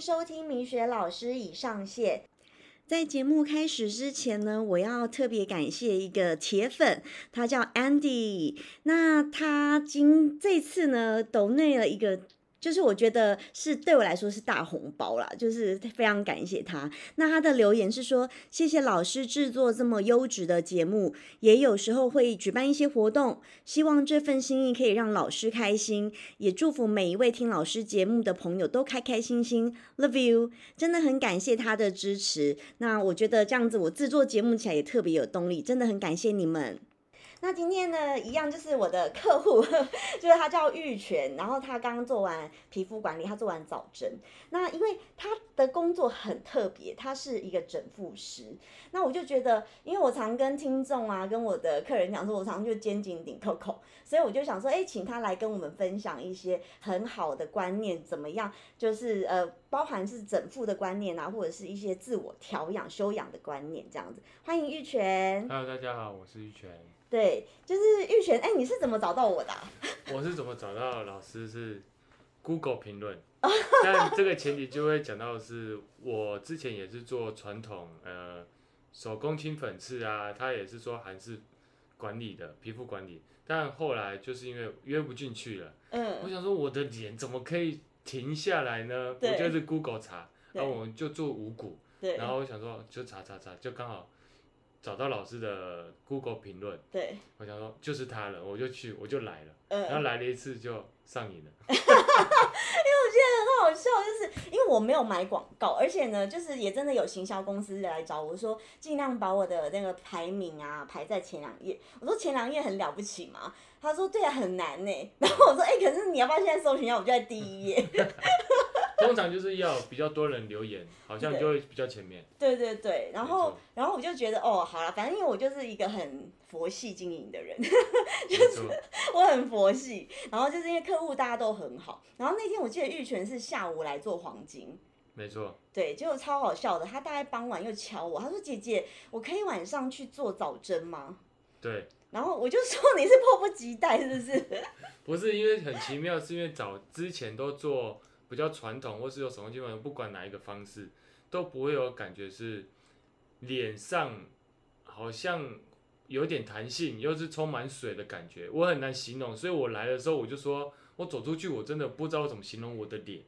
收听明雪老师已上线。在节目开始之前呢，我要特别感谢一个铁粉，他叫 Andy。那他今这次呢，抖内了一个，就是我觉得是对我来说是大红包啦，就是非常感谢他。那他的留言是说：“谢谢老师制作这么优质的节目，也有时候会举办一些活动，希望这份心意可以让老师开心，也祝福每一位听老师节目的朋友都开开心心。Love you，真的很感谢他的支持。那我觉得这样子我制作节目起来也特别有动力，真的很感谢你们。”那今天呢，一样就是我的客户， 就是他叫玉泉，然后他刚刚做完皮肤管理，他做完早针。那因为他的工作很特别，他是一个整复师。那我就觉得，因为我常跟听众啊，跟我的客人讲说，我常就肩颈顶扣扣，所以我就想说，哎、请他来跟我们分享一些很好的观念，怎么样，就是呃，包含是整复的观念啊，或者是一些自我调养、修养的观念这样子。欢迎玉泉。 Hello，大家好，我是玉泉。对，就是玉泉，哎、你是怎么找到我的啊、我是怎么找到老师是 Google 评 论，但这个前提就会讲到是我之前也是做传统呃手工清粉刺啊，它也是说韩式管理的皮肤管理，但后来就是因为约不进去了，我嗯，想说我的脸怎么可以停下来呢？对我就是 Google 查，对然后我就做五谷，对，然后我想说就查查查，就刚好找到老师的 Google 评论，对，我想说就是他了，我就去我就来了。嗯，然后来了一次就上瘾了。很好笑，就是因为我没有买广告，而且呢，就是也真的有行销公司来找我说，尽量把我的那个排名啊排在前两页。我说前两页很了不起嘛，他说对啊，很难呢、 然后我说，哎、可是你要不要现在搜寻一下？我就在第一页。 通常就是要比较多人留言，好像就会比较前 面。对对对，然没后错然后我就觉得，哦，好了，反正因为我就是一个很佛系经营的人，没错， 我很佛系，然后就是因为客户大家都很好，然后那天我记得玉泉是下午来做黄金，没错，对，结果超好笑的，他大概傍晚又敲我，他说姐姐，我可以晚上去做早针吗？对，然后我就说你是迫不及待是不是？不是因为很奇妙，是因为早之前都做比较传统，或是有手工基本不管哪一个方式，都不会有感觉是脸上好像有点弹性，又是充满水的感觉，我很难形容。所以我来的时候我就说，我走出去，我真的不知道怎么形容我的脸，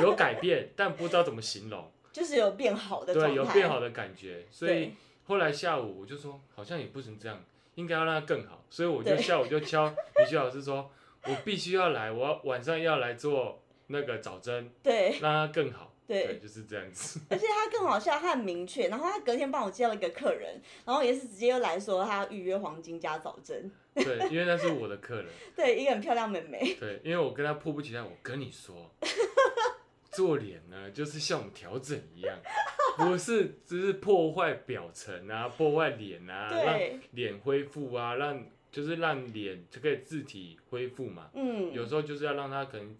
有改变，但不知道怎么形容。就是有变好的状态，对，有变好的感觉，所以对后来下午我就说，好像也不能这样，应该要让它更好，所以我就对下午就敲米雪老师说，我必须要来，我要晚上要来做那个早针，对让它更好。 对对，就是这样子。而且他更好笑，他很明确，然后他隔天帮我介绍一个客人，然后也是直接又来说他预约黄金加早针，对，因为那是我的客人，对，一个很漂亮妹妹，对，因为我跟他迫不及待，我跟你 说，做脸呢就是像我们调整一样，不是只是破坏表层啊，破坏脸啊，让对，脸恢复啊，让就是让脸就可以自体恢复嘛。嗯，有时候就是要让它可能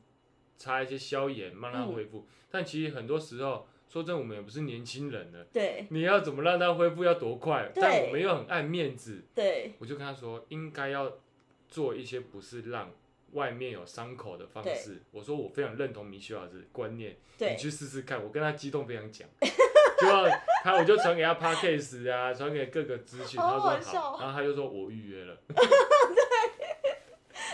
擦一些消炎，让它嗯恢复。但其实很多时候，说真的，我们也不是年轻人了，对你要怎么让它恢复要多快？对但我们又很爱面子，对我就跟他说，应该要做一些不是让外面有伤口的方式。我说我非常认同米歇尔老师的观念，对你，去试试看。我跟他激动非常讲，就要他我就传给他 podcast 啊，传给各个资讯，好他好说笑哦好，然后他就说我预约了，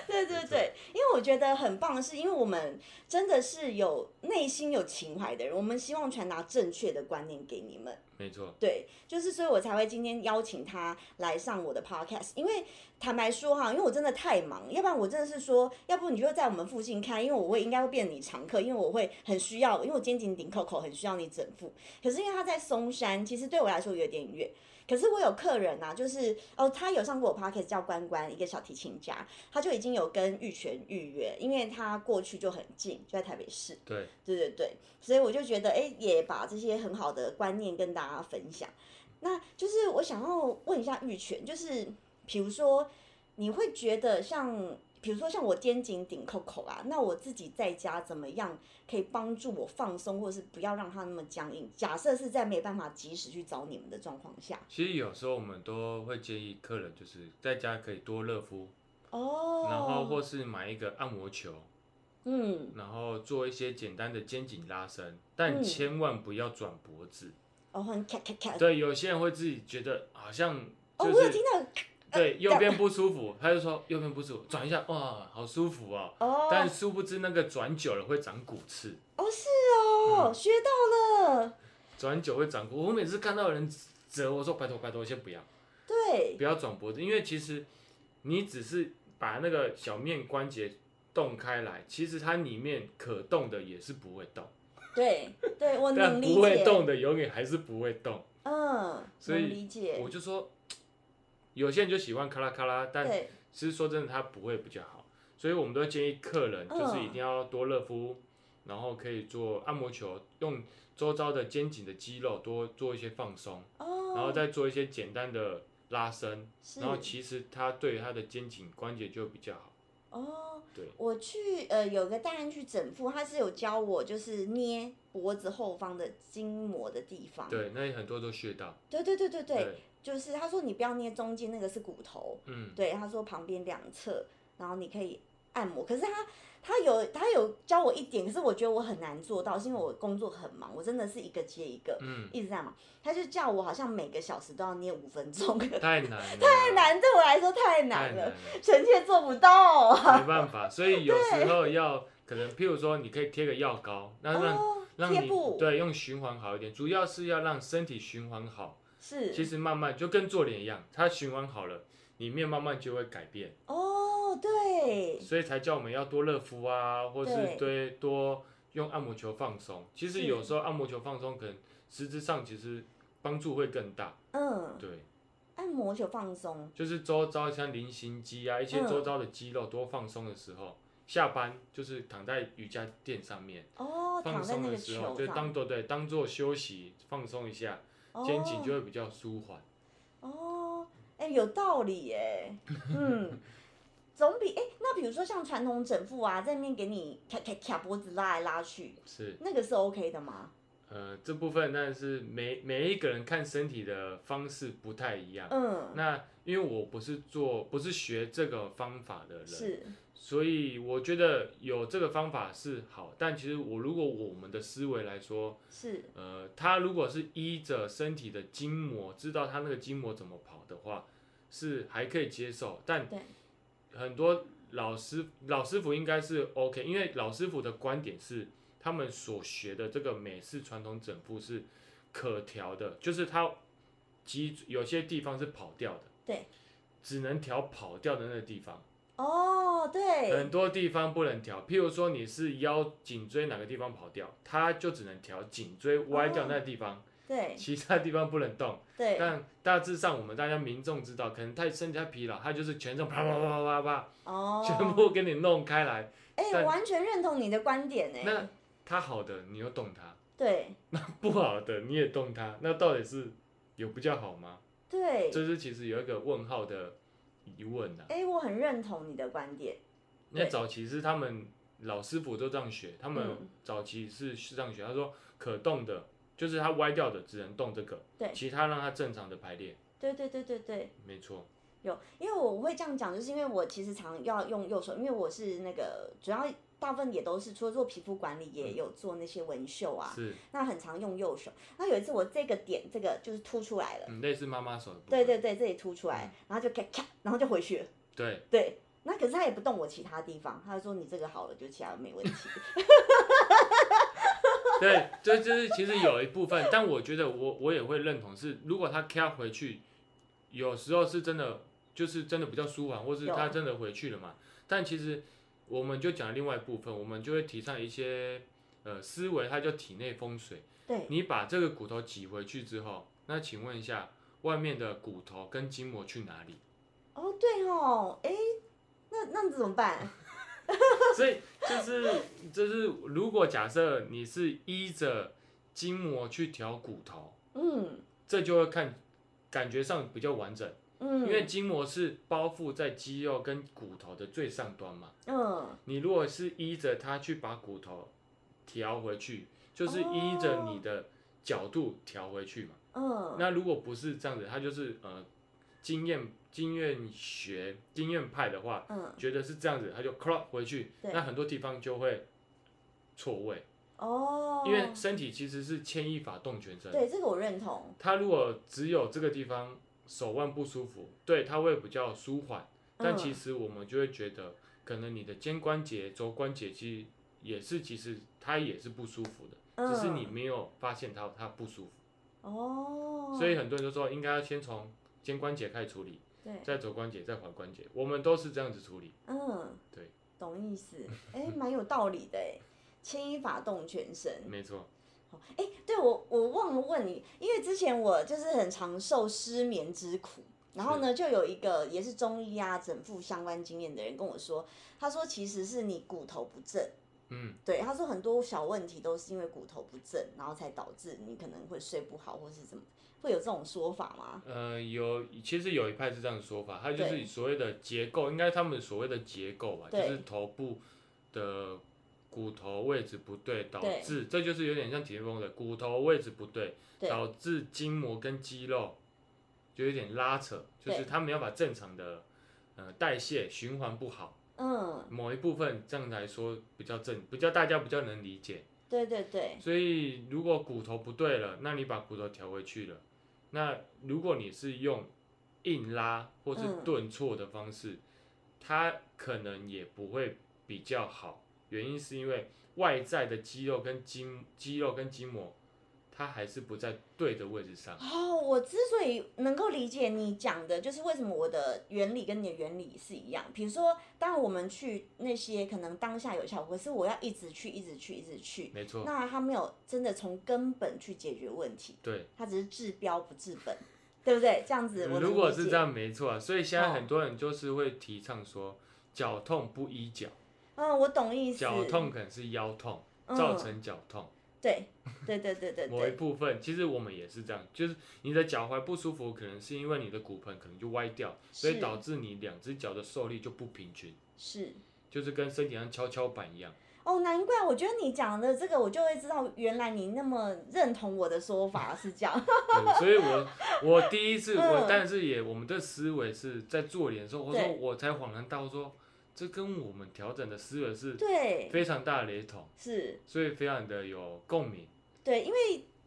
对对对，因为我觉得很棒的是，因为我们真的是有内心有情怀的人，我们希望传达正确的观念给你们。没错，对，就是所以我才会今天邀请他来上我的 podcast，因为坦白说哈，因为我真的太忙，要不然我真的是说，要不你就在我们附近看，因为我会应该会变你常客，因为我会很需要，因为我肩颈顶扣扣很需要你整副，可是因为他在松山，其实对我来说有点远。可是我有客人啊，就是哦，他有上过我 podcast 叫关关，一个小提琴家，他就已经有跟玉泉预约，因为他过去就很近，就在台北市。对。对对对，所以我就觉得，哎，也把这些很好的观念跟大家分享。那就是我想要问一下玉泉，就是比如说，你会觉得像，比如说像我肩颈顶扣扣啊，那我自己在家怎么样可以帮助我放松，或是不要让它那么僵硬？假设是在没办法及时去找你们的状况下，其实有时候我们都会建议客人，就是在家可以多热敷，哦，然后或是买一个按摩球，嗯，然后做一些简单的肩颈拉伸，但嗯千万不要转脖子。哦，很咔咔咔，对，有些人会自己觉得好像哦，就我有是、听到咔，对这右样边不舒服，他就说右边不舒服，转一下，哇，好舒服哦。哦，但殊不知那个转久了会长骨刺，哦是嗯哦，学到了，转久会长骨。我每次看到有人折，我说拜托拜托，先不要，对，不要转脖子，因为其实你只是把那个小面关节动开来，其实它里面可动的也是不会动，对，对我但能理解，不会动的永远还是不会动。嗯，所以能理解我，就说，有些人就喜欢咔啦咔啦，但对，其实说真的，它不会比较好。所以我们都建议客人嗯就是一定要多热敷，然后可以做按摩球，用周遭的肩颈的肌肉多做一些放松，哦，然后再做一些简单的拉伸，是然后其实它对它的肩颈关节就比较好。哦，对我去呃有个大人去整复，他是有教我就是捏脖子后方的筋膜的地方，对，那很多都穴道。对对对对对，就是他说你不要捏中间那个是骨头，嗯，对，他说旁边两侧，然后你可以按摩。可是他他有他有教我一点，可是我觉得我很难做到，是因为我工作很忙，我真的是一个接一个，嗯，一直在忙。他就叫我好像每个小时都要捏五分钟， 太太难了，太，难，对我来说太太难难了，了。臣妾做不到。没办法，所以有时候要可能，譬如说，你可以贴个药膏，那让、哦，让贴你布对用循环好一点，主要是要让身体循环好。其是实慢慢就跟做脸一样，它循环好了，里面慢慢就会改变，哦，对，所以才叫我们要多热敷啊，或对是对多用按摩球放松。其实是有时候按摩球放松，可能实质上其实帮助会更大。嗯，对，按摩就放松，就是周遭像菱形肌啊，一些嗯周遭的肌肉多放松的时候，下班就是躺在瑜伽垫上面。哦，躺放在松那的个时候，球就当上，做对当做休息放松一下，肩颈就会比较舒缓。哦，哎、有道理哎， 嗯，总比哎、那比如说像传统整腹啊，在那边给你卡卡卡脖子拉来拉去，是，那个是 OK 的吗？呃，这部分但是每每一个人看身体的方式不太一样。嗯，那因为我不是做不是学这个方法的人，是，所以我觉得有这个方法是好，但其实我如果我们的思维来说，是，呃，它如果是依着身体的筋膜，知道它那个筋膜怎么跑的话，是还可以接受。但对很多老师老师傅应该是 OK，因为老师傅的观点是，他们所学的这个美式传统整复是可调的，就是它脊有些地方是跑掉的，对，只能调跑掉的那个地方，哦，对很，多地方不能调。譬如说你是腰颈椎哪个地方跑掉，它就只能调颈椎歪哦掉那个地方。对，其他地方不能动，对，但大致上我们大家民众知道，可能太身体太疲劳，他就是全身啪啪啪啪啪哦啪，，全部给你弄开来。哎、但完全认同你的观点哎那，他好的你又动他，对，不好的你也动他，那到底是有比较好吗？对，这是其实有一个问号的疑问呐、啊。哎、我很认同你的观点，那早期是他们老师傅都这样学，他们嗯早期是是这样学，他说可动的，就是它歪掉的只能动这个，对其他让它正常的排列，对对对对对。没错，有，因为我会这样讲，就是因为我其实常要用右手，因为我是那个主要大部分也都是除了做皮肤管理，也有做那些纹绣啊，嗯是，那很常用右手。那有一次我这个点这个就是凸出来了，嗯，类似妈妈手的部分，对对对，这里凸出来，然后就咔咔，然后就回去了，对，对。那可是他也不动我其他地方，他就说你这个好了，就其他没问题。 对，这就是其实有一部分，但我觉得我我也会认同是，如果他 care 回去，有时候是真的就是真的比较舒缓，或是有他真的回去了嘛。但其实我们就讲另外一部分，我们就会提倡一些呃思维，它叫体内风水。对，你把这个骨头挤回去之后，那请问一下，外面的骨头跟筋膜去哪里？ 哦对哦，哎，那那怎么办？所以就是就是，如果假设你是依着筋膜去调骨头。嗯这就会看感觉上比较完整，嗯，因为筋膜是包覆在肌肉跟骨头的最上端嘛。嗯你如果是依着它去把骨头调回去，就是依着你的角度调回去嘛。嗯，那如果不是这样子，它就是呃经验经验学经验派的话，嗯，觉得是这样子，他就 c l o p 回去，对那很多地方就会错位，哦，因为身体其实是牵一发动全身。对这个我认同，他如果只有这个地方手腕不舒服，对，他会比较舒缓，但嗯其实我们就会觉得，可能你的肩关节、肘关节其实也是，其实它也是不舒服的，只是你嗯没有发现它它不舒服。哦，所以很多人都说应该要先从肩关节开始处理，对，再肘关节，再踝关节，我们都是这样子处理。嗯，对，懂意思，哎，蛮有道理的哎，牵一发动全身。没错，哎，对我我忘了问你，因为之前我就是很常受失眠之苦，然后呢，就有一个也是中医啊整复相关经验的人跟我说，他说其实是你骨头不正，嗯，对，他说很多小问题都是因为骨头不正，然后才导致你可能会睡不好或是怎么，会有这种说法吗？呃，有其实有一派是这样的说法，它就啊对是所谓的结构，应该他们所谓的结构吧，就对是头部的骨头位置不对，导对致这就是有点像体育风的骨头位置不对，对导致筋膜跟肌肉就有点拉扯，就对是他们要把正常的呃代谢循环不好，嗯，某一部分这样来说比较正，比较大家比较能理解。对对对，所以如果骨头不对了，那你把骨头调回去了，那如果你是用硬拉或是嗯顿挫的方式，它可能也不会比较好。原因是因为外在的肌肉跟筋肌肉跟筋膜，它还是不在对的位置上。哦，我之所以能够理解你讲的，就是为什么我的原理跟你的原理是一样。比如说，当然我们去那些可能当下有效果，可是我要一直去，一直去，一直去，没错，那他没有真的从根本去解决问题，对。他只是治标不治本，对不对？这样子我能嗯如果理是解这，样，没错啊。所以现在哦很多人就是会提倡说，脚痛不医脚，嗯，我懂意思。脚痛可能是腰痛嗯造成脚痛。对，对对对对某一对，部分，其实我们也是这样，就是你的脚踝不舒服，可能是因为你的骨盆可能就歪掉，所以是导致你两只脚的受力就不平均，是。就是跟身体上跷跷板一样。哦，难怪我觉得你讲的这个，我就会知道原来你那么认同我的说法是这样。 对所以我我第一次，我嗯但是也我们的思维是在做脸的时候，我说对我才恍然大悟说，这跟我们调整的思维是对，非常大的雷同，是。所以非常的有共鸣。对，因为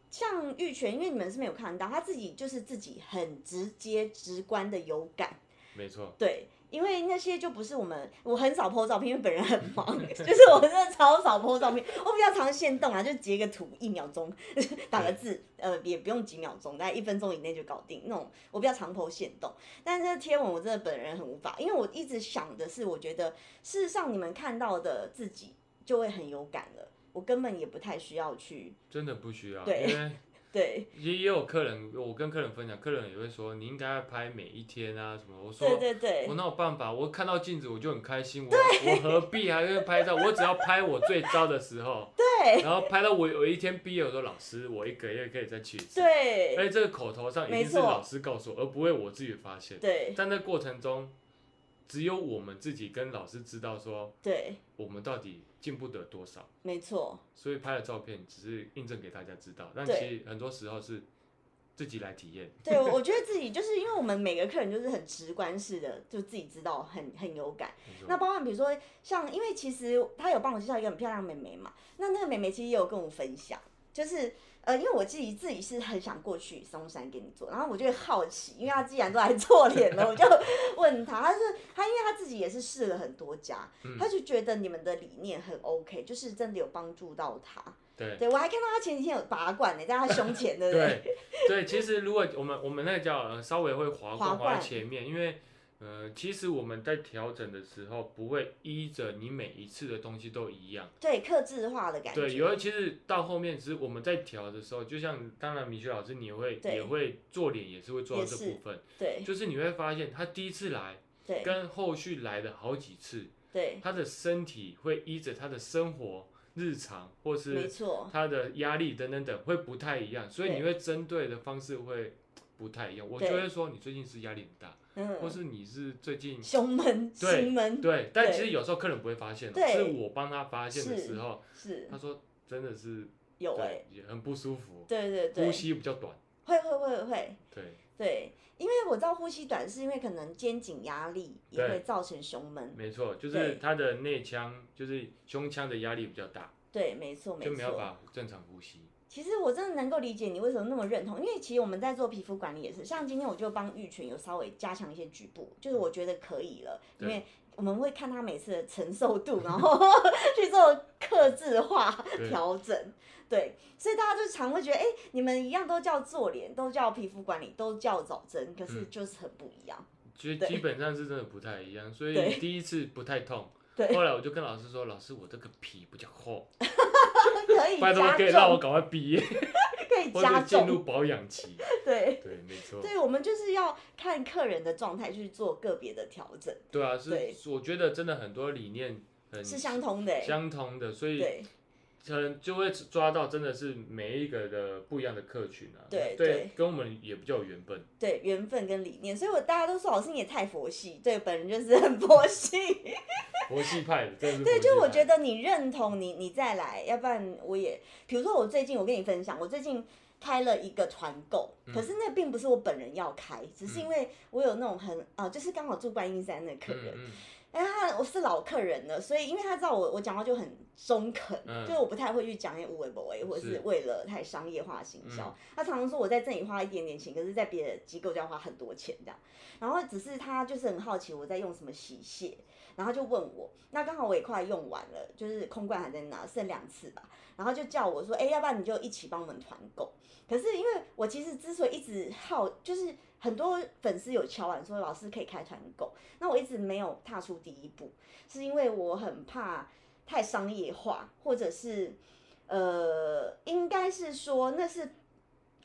像玉泉，因为你们是没有看到，他自己就是自己很直接、直观的有感。没错，对，因为那些就不是我们，我很少 po 照片，因为本人很忙， 就是我真的超少 po 照片，我比较常限动啊，就截个图，一秒钟 打个字，呃，也不用几秒钟，大概一分钟以内就搞定那种。我比较常 po 限动，但是贴文我真的本人很无法，因为我一直想的是，我觉得事实上你们看到的自己就会很有感了，我根本也不太需要去真的不需要，对因为。对。也也有客人，我跟客人分享，客人也会说你应该拍每一天啊什么。我说对对对我，哪有办法？我看到镜子我就很开心，我我何必还要拍照？我只要拍我最糟的时候，对然后拍到我有一天毕业，我说老师，我一个月可以再去一次。对而且这个口头上一定是没错老师告诉我，而不会我自己发现。对但在过程中，只有我们自己跟老师知道说对，我们到底进步得多少，没错，所以拍的照片只是印证给大家知道，但对其实很多时候是自己来体验。对我我觉得自己就是因为我们每个客人就是很直观式的，就自己知道很很有感。没错那包含比如说像，因为其实他有帮我介绍一个很漂亮的妹妹嘛，那那个妹妹其实也有跟我分享，就是呃，因为我自己自己是很想过去松山给你做，然后我就会好奇，因为她既然都来做脸 了，我就问她，她是她因为她自己也是试了很多家，嗯她就觉得你们的理念很 OK，就是真的有帮助到她。对对，我还看到她前几天有拔罐呢、欸在她胸前，对不对？ 对对，其实如果我们我们那个叫呃稍微会滑滑过滑罐在前面，因为呃其实我们在调整的时候不会依着你每一次的东西都一样。对，克制化的感觉。对，有的其实到后面，其实我们在调的时候，就像当然米雪老师你也会对也会做脸，也是会做到也这是部分，对就是你会发现他第一次来对跟后续来的好几次，对，他的身体会依着他的生活日常或是没错，他的压力等等等会不太一样，所以对你会针对的方式会不太一样。我对就会说你最近是压力很大，或嗯，是你是最近胸闷、对心闷对，但对其实有时候客人不会发现哦，对是我帮他发现的是时候，是他说真的是有哎、对也很不舒服，对对对呼，吸比较短，会会会会，对对，因为我知道呼吸短是因为可能肩颈压力也对会造成胸闷。没错，就对是他的内腔，就是胸腔的压力比较大，对，没错，没就没有错。办法正常呼吸。其实我真的能够理解你为什么那么认同，因为其实我们在做皮肤管理也是，像今天我就帮玉群有稍微加强一些局部，就是我觉得可以了，因嗯对为我们会看他每次的承受 度，然后去做克制化对调整。对，所以大家就常会觉得，哎、你们一样都叫做脸，都叫皮肤管理，都叫早针，可是嗯就是很不一样。 其实对基本上是真的不太一样，所对以第一次不太痛。对后来我就跟老师说：“老师，我这个皮比较厚，可以拜托哎加可以让我重，赶快毕 业，可以或加者进重，入保养期。 对”。对，没错。对，我们就是要看客人的状态去做个别的调整，对啊，对是我觉得真的很多理念很是相同的、欸。相同的，所以对，可能就会抓到真的是每一个的不一样的客群啊。对对对，跟我们也比较有缘分。对缘分跟理念，所以我大家都说老师你也太佛系，对，本人就是很佛系。佛系派的，真的 是对，佛系就我派觉得你认同你，你再来，要不然我也，比如说我最近我跟你分享，我最近开了一个团购，可是那并不是我本人要开，只是因为我有那种很啊、就是刚好住观音山的客人，嗯哎，他我是老客人了，所以因为他知道我我讲话就很中肯，嗯就是我不太会去讲些无为不为，或者是是为了太商业化行销。他常常说我在这里花一点点钱，可是在别的机构就要花很多钱这样。然后只是他就是很好奇我在用什么洗卸，然后就问我，那刚好我也快用完了，就是空罐还在那，剩两次吧。然后就叫我说，哎、要不然你就一起帮我们团购。可是因为我其实之所以一直好，就是很多粉丝有敲碗说老师可以开团购，那我一直没有踏出第一步，是因为我很怕太商业化，或者是呃，应该是说那是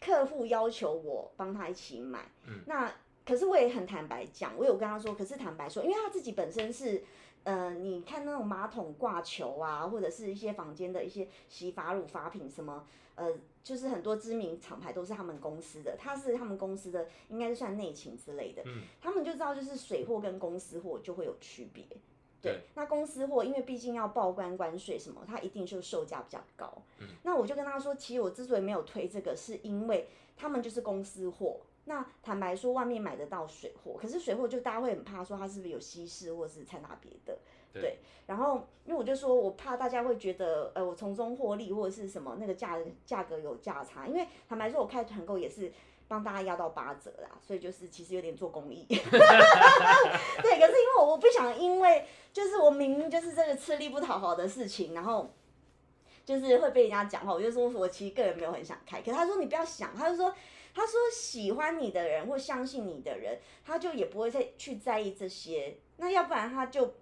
客户要求我帮他一起买，嗯那可是我也很坦白讲，我有跟他说，可是坦白说，因为他自己本身是。呃，你看那种马桶挂球啊，或者是一些房间的一些洗发乳、发品什么，呃，就是很多知名厂牌都是他们公司的，他是他们公司的，应该是算内勤之类的。嗯他们就知道就是水货跟公司货就会有区别。对对，那公司货因为毕竟要报关关税什么，它一定就售价比较高。嗯那我就跟他说，其实我之所以没有推这个，是因为他们就是公司货。那坦白说，外面买得到水货，可是水货就大家会很怕说它是不是有稀释或是掺杂别的。对对，然后因为我就说我怕大家会觉得，呃，我从中获利或者是什么那个价价格有价差，因为坦白说，我开团购也是帮大家压到八折啦，所以就是其实有点做公益。 对，可是因为我我不想因为就是我明明就是这个吃力不讨好的事情，然后。就是会被人家讲话，我就说我其实个人没有很想开，可是他说你不要想，他就说他说喜欢你的人或相信你的人，他就也不会再去在意这些，那要不然他就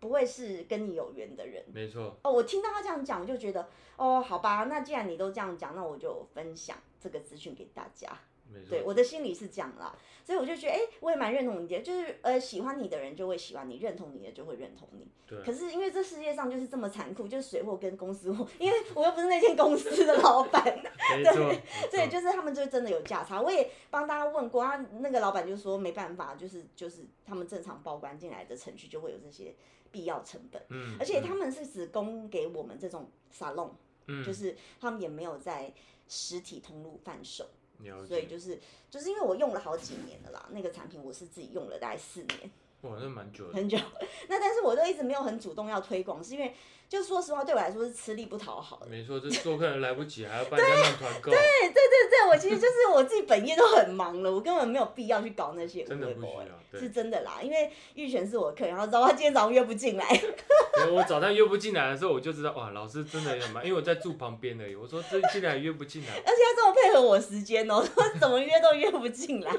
不会是跟你有缘的人。嗯没错，哦，我听到他这样讲，我就觉得哦，好吧，那既然你都这样讲，那我就分享这个资讯给大家。没错。对，我的心里是这样啦，所以我就觉得，哎、我也蛮认同你的，就是呃，喜欢你的人就会喜欢你，认同你的就会认同你。对啊可是因为这世界上就是这么残酷，就是水货跟公司货，因为我又不是那间公司的老 板，没错，没对，错就是他们就真的有价差。我也帮大家问过，他那个老板就说没办法，就是就是他们正常报关进来的程序就会有这些必要成本，嗯，而且他们是只供给我们这种沙龙，嗯就是他们也没有在实体通路贩售，了所以解，就是就是因为我用了好几年了啦，那个产品我是自己用了大概四年，哇，那蛮久的，很久。 那但是我都一直没有很主动要推广，是因为就说实话对我来说是吃力不讨好的。 没错，这做客人来不及，还要帮人家弄团购，对对对对，我其实就是我自己本业都很忙了，我根本没有必要去搞那些真无的微不不需微要。是对，真的啦，因为玉璇是我的客人，然后知道他今天早上约不进来， 因为我早上约不进来的时候，我就知道哇，老师真的也蛮，因为我在住旁边而已。我说这进来约不进来，而且他这么配合我时间哦、 他怎么约都约不进来。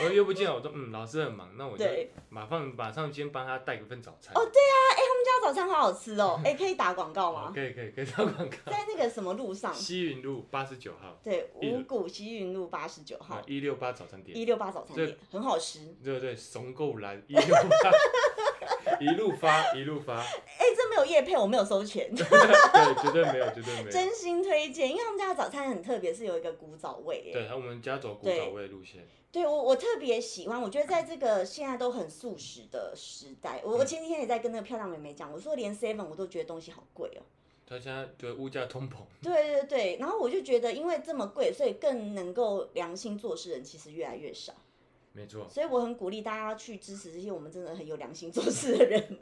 我说约不进来，我说嗯，老师很忙，那我就对马上马上先帮他带一份早餐。哦他们家早餐好好吃 哦、哎、可以打广告好吗？可以可以可以 打广告。在那个什么路上，西云路八十九号，对，一五谷西运路八十九号一六八早餐店，一六八早餐店，很好吃。对对对，怂够蓝一六八， 一路发一路发，哎、这没有夜配，我没有收钱，对，绝对没有，绝对没 有。真心推荐，因为他们家的早餐很特别，是有一个古早味、耶。对，还有我们家走古早味路线，对我我特别喜欢，我觉得在这个现在都很素食的时代，嗯我我前几天也在跟那个漂亮妹妹讲，我说连 seven 我都觉得东西好贵哦。它现在对物价通膨，对对对，然后我就觉得因为这么贵，所以更能够良心做事的人其实越来越少。没错，所以我很鼓励大家去支持这些我们真的很有良心做事的人，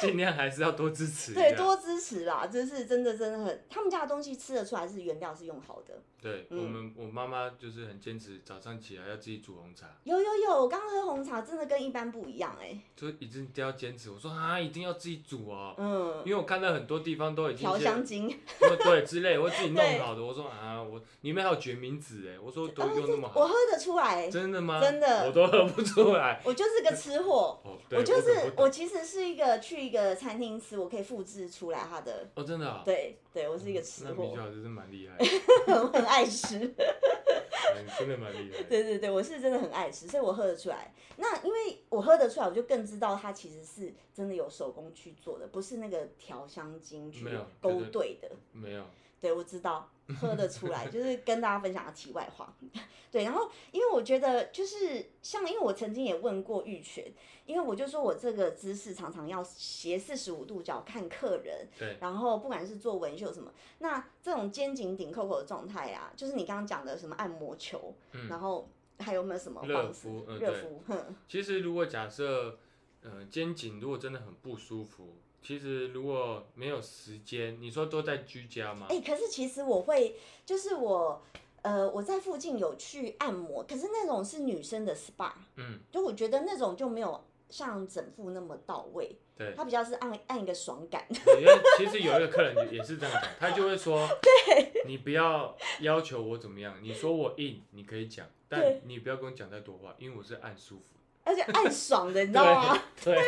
尽量还是要多支持一下。对，多支持啦，就是真的真的很，他们家的东西吃得出来是原料是用好的。对嗯我们，我妈妈就是很坚持，早上起来要自己煮红茶，有有有，我刚喝红茶真的跟一般不一样哎、就一定要坚持。我说啊，一定要自己煮哦，嗯，因为我看到很多地方都已经调是香精，对 对之类，我自己对弄好的。我说啊，我里面还有决明子哎，我说都哦用这那么我好，喝得出来，真的吗？真的我都喝不出 来。我就是个吃货。哦， 对，我我就是可不我，懂其实是一个去一个餐厅吃，我可以复制出来它的。哦，真的啊，嗯对对，我是一个吃那米货雪，老师是蛮厉 害的，很很爱吃。 嗯真的蛮厉害的。对对对，我是真的很爱吃，所以我喝得出来。那因为我喝得出来，我就更知道它其实是真的有手工去做的，不是那个调香精去没有勾对对兑的。没 有，对，我知道，喝得出来，就是跟大家分享的题外话。 对，然后因为我觉得就是像，因为我曾经也问过玉泉，因为我就说我这个姿势常常要斜四十五度角看客人，对，然后不管是做纹绣什么，那这种肩颈顶扣扣的状态啊，就是你刚刚讲的什么按摩球，嗯然后还有没有什么热方式？敷，嗯，热对。敷，哼，其实如果假设，呃，肩颈如果真的很不舒服，其实如果没有时间，你说都在居家吗？哎、可是其实我会，就是我，呃，我在附近有去按摩，可是那种是女生的 SPA。嗯，就我觉得那种就没有像整副那么到位，对。它比较是按按一个爽感。因为其实有一个客人也是 这样讲，他就会说，你不要要求我怎么样，你说我硬，你可以讲，但对你不要跟我讲太多话，因为我是按舒服。而且按爽 的，你知对道吗？对，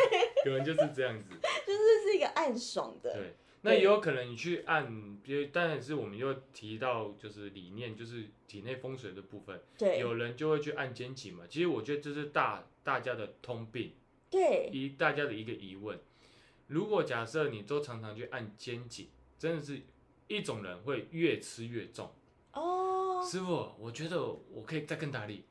有人就是这样子。就是是一个按爽的，对，那也有可能你去按，因为当然是我们又提到就是理念，就是体内风水的部分，对有人就会去按肩颈嘛。其实我觉得这是大大家的通病，对一大家的一个疑问。如果假设你都常常去按肩颈，真的是一种人会越吃越重。哦，师傅，我觉得我可以再更大力。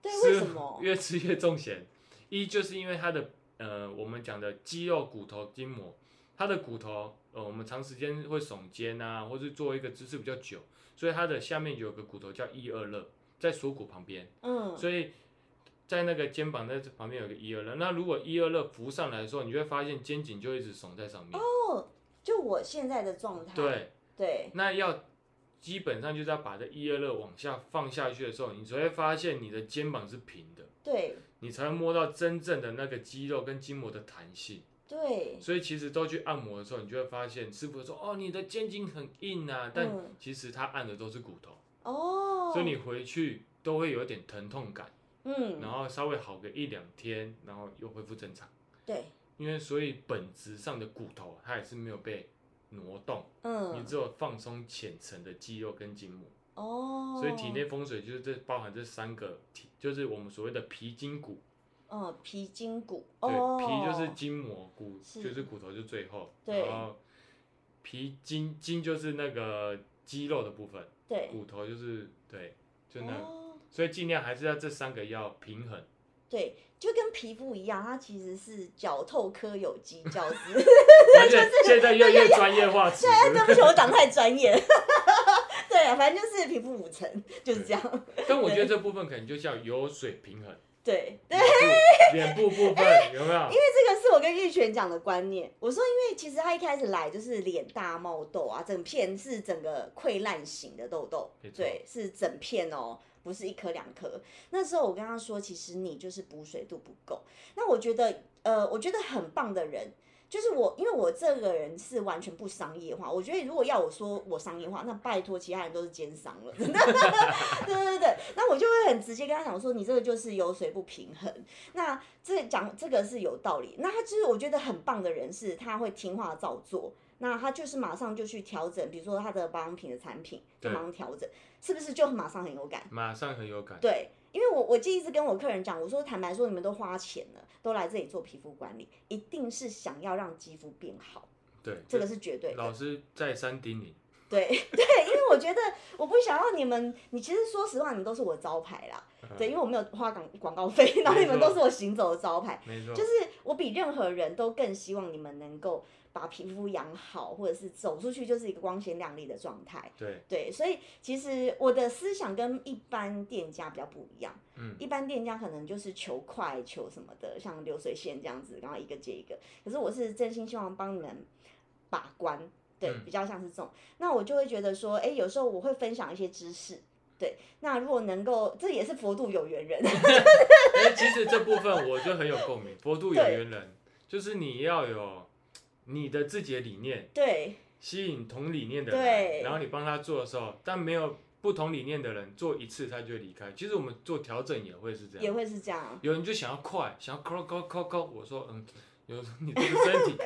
对，师为什傅么？越吃越重咸？一就是因为它的呃，我们讲的肌肉、骨头、筋膜，它的骨头呃，我们长时间会耸肩啊，或是做一个姿势比较久，所以它的下面有个骨头叫一二肋，在锁骨旁边，嗯，所以在那个肩膀在这旁边有个一二肋。那如果一二肋浮上来的时候，你就会发现肩颈就一直耸在上面。哦就我现在的状态，对，对那要基本上就是要把这一二肋往下放下去的时候，你才会发现你的肩膀是平的。对你才会摸到真正的那个肌肉跟筋膜的弹性。对，所以其实都去按摩的时候，你就会发现师傅说：“哦，你的肩颈很硬啊。”但嗯其实他按的都是骨头，哦，所以你回去都会有点疼痛感，然嗯，后稍微好个一两天，然后又恢复正常。对，因为所以本质上的骨头它也是没有被挪动，你嗯，只有放松浅层的肌肉跟筋膜。哦，所以体内风水就是这包含这三个体，就是我们所谓的皮筋骨。嗯皮筋骨，对，哦，皮就是筋膜，骨是就是骨头，就最后。对然后皮筋筋就是那个肌肉的部分，对，骨头就是对，就那，哦，所以尽量还是要这三个要平 衡。对，就跟皮肤一样，它其实是脚透科有机教师。而且现在越来越专业 化词，对不起，我讲太专业了。 对啊，反正就是皮肤五层，就是这样。但我觉得这部分可能就叫有水平衡。对哎对，脸部脸部部分有没有？这个是我跟玉泉讲的观念。我说，因为其实他一开始来就是脸大冒痘啊，整片是整个溃烂型的痘痘没，错对，是整片哦。不是一颗两颗，那时候我跟他说，其实你就是补水度不够。那我觉得，呃，我觉得很棒的人，就是我，因为我这个人是完全不商业化。我觉得如果要我说我商业化，那拜托其他人都是奸商 了，真的。对对对，那我就会很直接跟他讲说，你这个就是油水不平衡。那这讲这个是有道理。那他就是我觉得很棒的人是，他会听话照做。那他就是马上就去调整，比如说他的保养品的产品，就对马上调整，是不是就马上很有感？马上很有感。对，因为我我就一直跟我客人讲，我说坦白说，你们都花钱了，都来这里做皮肤管理，一定是想要让肌肤变好，对，这个是绝对的。老师再三叮咛，对 对，因为我觉得我不想要你们，你其实说实话，你们都是我招牌啦。嗯对，因为我没有花广广告费，然后你们都是我行走的招牌，没错就，是我比任何人都更希望你们能够把皮肤养好，或者是走出去就是一个光鲜亮丽的状态。对，对，所以其实我的思想跟一般店家比较不一样。嗯，一般店家可能就是求快、求什么的，像流水线这样子，然后一个接一个。可是我是真心希望帮你们把关，对，嗯比较像是这种。那我就会觉得说，哎、有时候我会分享一些知识。对，那如果能够，这也是佛度有缘人， 哎、其实这部分我就很有共鸣。佛度有对缘人，就是你要有你的自己的理念，对吸引同理念的人来，对然后你帮他做的时候，但没有不同理念的人做一次他就会离开。其实我们做调整也会是啊这也样，会是这样。有人就想要快，想要 call call call call，我说嗯，有 时候你这个身体，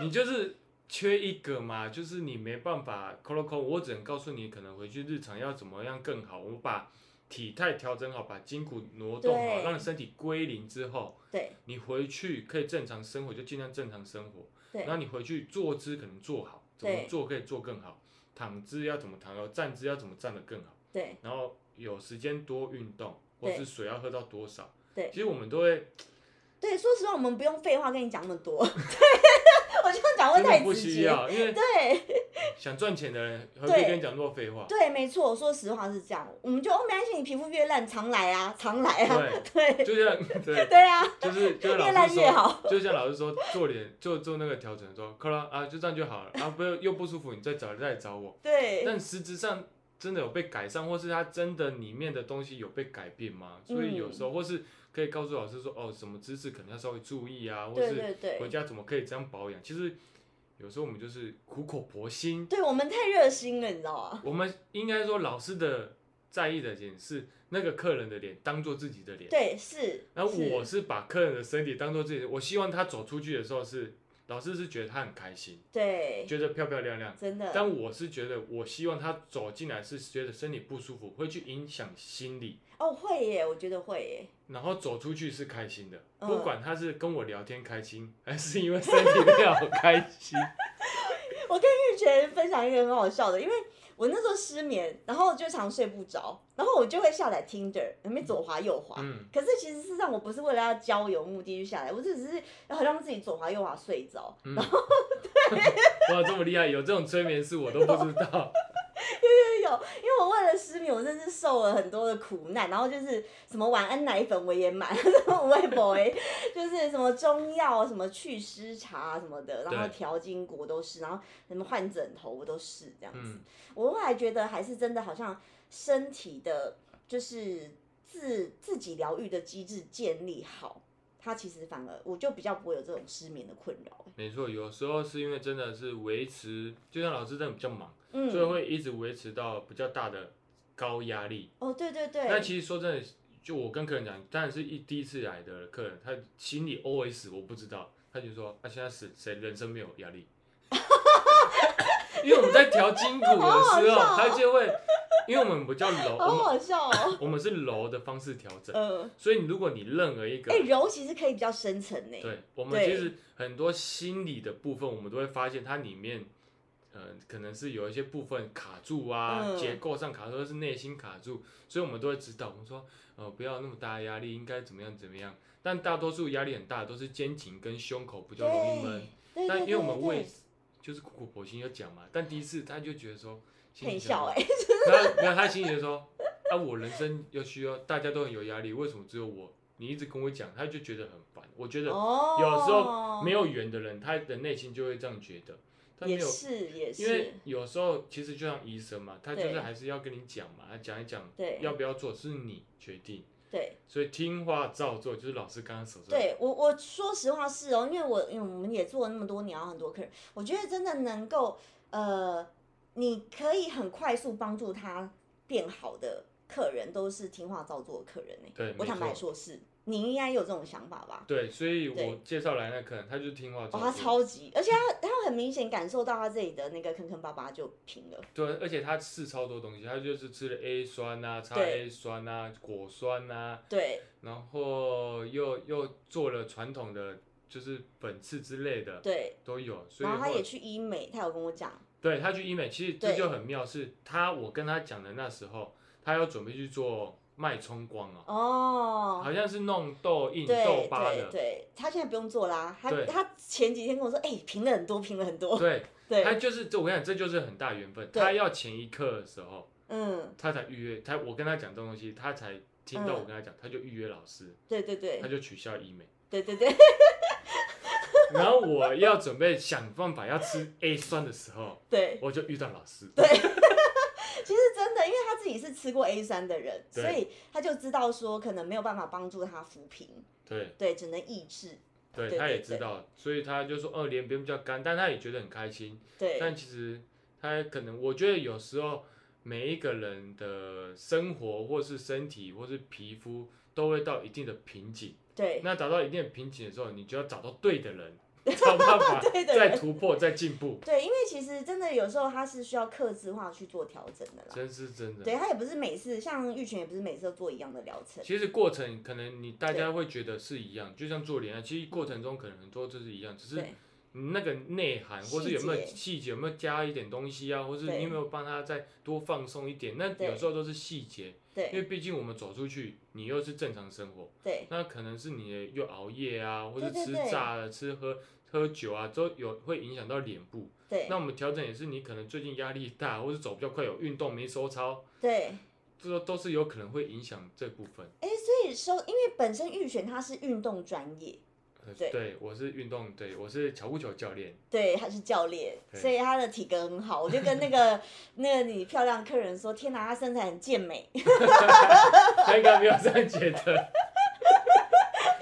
你就是缺一个嘛，就是你没办法 call call，我只能告诉你可能回去日常要怎么样更好，我把体态调整好，把筋骨挪动好，对让身体归零之后，对你回去可以正常生活，就尽量正常生活。对那你回去坐姿可能做好，怎么对做可以做更好，躺姿要怎么躺好，站姿要怎么站得更好，对然后有时间多运动，或对是水要喝到多少。对其实我们都会对，说实话，我们不用废话跟你讲那么多。 对，我就讲话真太的不哦直需接。嗯要，因为对，想赚钱的人何必对跟你讲那么多废话？对，没错，说实话是这样，我们就哦没关系，你皮肤越烂，常来啊，常来啊，对， 对就像对，对啊， 就是就像越老烂师越说，好， 就像老师说做脸做做那个调整说，克拉啊就这样就好了，啊不要又不舒服你再找再来找我。对但实质上真的有被改善，或是它真的里面的东西有被改变吗？所以有时嗯候、或是可以告诉老师说，哦，什么知识可能要稍微注意啊，或对是对对，回家怎么可以这样保养。其实有时候我们就是苦口婆心，对我们太热心了，你知道吗？我们应该说老师的在意的点是那个客人的脸当做自己的脸，对，是，然后我是，是把客人的身体当做自己的，我希望他走出去的时候是老师是觉得他很开心，对，觉得漂漂亮亮。真的，但我是觉得，我希望他走进来是觉得身体不舒服，会去影响心理，哦，会耶，我觉得会耶，然后走出去是开心的，嗯不管他是跟我聊天开心，还是因为身体不好开 心。我跟玉泉分享一个很好笑的，因为我那时候失眠，然后就常睡不着，然后我就会下载 Tinder，那边左滑右滑，嗯，可是其实事实上我不是为了要交友目的去下来，我就只是好像自己左滑右滑睡着，哇，这么厉害，有这种催眠术我都不知道。有，因为我为了失眠，我真是受了很多的苦难，然后就是什么晚安奶粉我也买， 什么微博哎，就是什么中药、什么去湿茶什么的，然后对调筋骨都是，然后什么换枕头我都是这样子。 嗯，我后来觉得还是真的好像身体的，就是自自己疗愈的机制建立好，它其实反而我就比较不会有这种失眠的困扰。没错，有时候是因为真的是维持，就像老师真的比较忙，所以嗯，会一直维持到比较大的高压力。哦，对对对，那其实说真的，就我跟客人讲，当然是一第一次来的客人，他心里 OS 我不知道，他就说他、啊现在谁谁人生没有压力， 因为我们在调筋骨的时候，好好笑哦他就会，因为我们比较柔，好我们啊好笑 哦，我们是柔的方式调整，嗯。所以如果你任何一个哎、，柔其实可以比较深层呢、对我们其实很多心理的部分，我们都会发现它里面。呃，可能是有一些部分卡住啊，嗯结构上卡住，或是内心卡住，所以我们都会指导我们说，呃，不要那么大的压力，应该怎么样怎么样。但大多数压力很大的都是肩颈跟胸口比较容易闷，对对但对因为我们对胃对就是苦口婆心要讲嘛，但第一次他就觉得说，心里很想小说哎、他没有，他心里就说：“ 啊，我人生又需要，大家都很有压力，为什么只有我？你一直跟我讲，他就觉得很烦。我觉得哦，有时候没有缘的人，他的内心就会这样觉得。他没也有，是也因为是，有时候其实就像医生嘛，他就是对还是要跟你讲嘛，他讲一讲对要不要做是你决定，对所以听话照做就是老师刚刚所说的。对，我我说实话是哦，因为我因为我们也做了那么多年，然后很多客人，我觉得真的能够呃，你可以很快速帮助他变好的客人，都是听话照做的客人呢、对我没坦白错说是，你应该有这种想法吧？对所以对我介绍来那客人，他就听话照哦，做。他超级，而且他他很明显感受到他这里的那个坑坑巴巴就平了。对，而且他吃超多东西，他就是吃了 A 酸啊、叉对 A 酸啊、果酸啊，对然后又又做了传统的就是粉刺之类的对，都有，所以然后他后也来去医美，他有跟我讲，对他去医美，其实这对就很妙，是他我跟他讲的那时候，他要准备去做脉冲光哦，哦，好像是弄痘印、痘对疤对的，对，他现在不用做啦。他对他前几天跟我说，哎、评了很多，评了很多。对，他对，就是这，我跟你讲，这就是很大缘分。对他要前一刻的时候，嗯，他才预约，他我跟他讲这种东西，他才听到嗯我跟他讲，他就预约老师，对对对他就取消医美。对对对，然后我要准备想办法要吃 A 酸的时候，对，我就遇到老师。对其实真的，因为他自己是吃过 A 三的人，对所以他就知道说可能没有办法帮助他扶贫，对对，只能抑制，对，对他也对知道，所以他就说，哦，脸变比较干，但他也觉得很开心。对但其实他可能，我觉得有时候每一个人的生活或是身体或是皮肤都会到一定的瓶颈。对那达到一定的瓶颈的时候，你就要找到对的 人，找办法对的再人，突破、再进步。对，因为其实真的有时候他是需要克制化去做调整的啦。真是真的。对他也不是每次像玉泉也不是每次都做一样的疗程，其实过程可能你大家会觉得是一样，就像做脸啊，其实过程中可能很多就是一样，只是对你那个内涵或是有没有细节细节有没有加一点东西啊，或是对你有没有帮他再多放松一点，那对有时候都是细节，因对为毕竟我们走出去，你又是正常生活，对那可能是你的又熬夜啊，或是对对吃对炸的、吃喝喝酒啊，都有会影响到脸部。对那我们调整也是你可能最近压力大，或是走比较快，有运动没收操，对。这都是有可能会影响这部分。哎、所以说，因为本身预选他是运动专业，呃对对，我是运动，对我是巧固球教练， 对，他是教练，对所以他的体格很好。我就跟那 个那个你漂亮客人说：“天哪，他身材很健美。 他应该没有这样觉得。”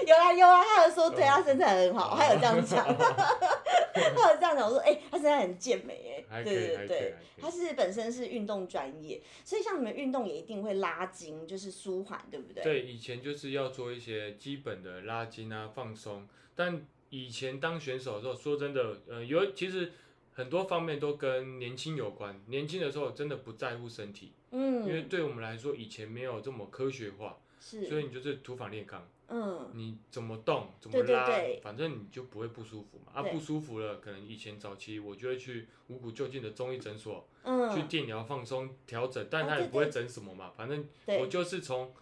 有啊有啊，他有说对哦他身材很好，哦他有这样讲， 他有这样讲。我说：“哎、他身材很健美。”哎，还可以对对还可以对还可，以他是本身是运动专业，所以像你们运动也一定会拉筋，就是舒缓，对不对？对，以前就是要做一些基本的拉筋啊、放松，但以前当选手的时候，说真的，呃，有其实很多方面都跟年轻有关。年轻的时候真的不在乎身体，因为嗯，对我们来说以前没有这么科学化，所以是，你就是土法炼钢。嗯，你怎么动怎么对对拉，对反正你就不会不舒服嘛。啊，对不舒服了，可能以前早期我就会去五谷就近的中医诊所、去嗯，电疗放松调整，但哦他也对不会对整什么嘛。反正我对，就是从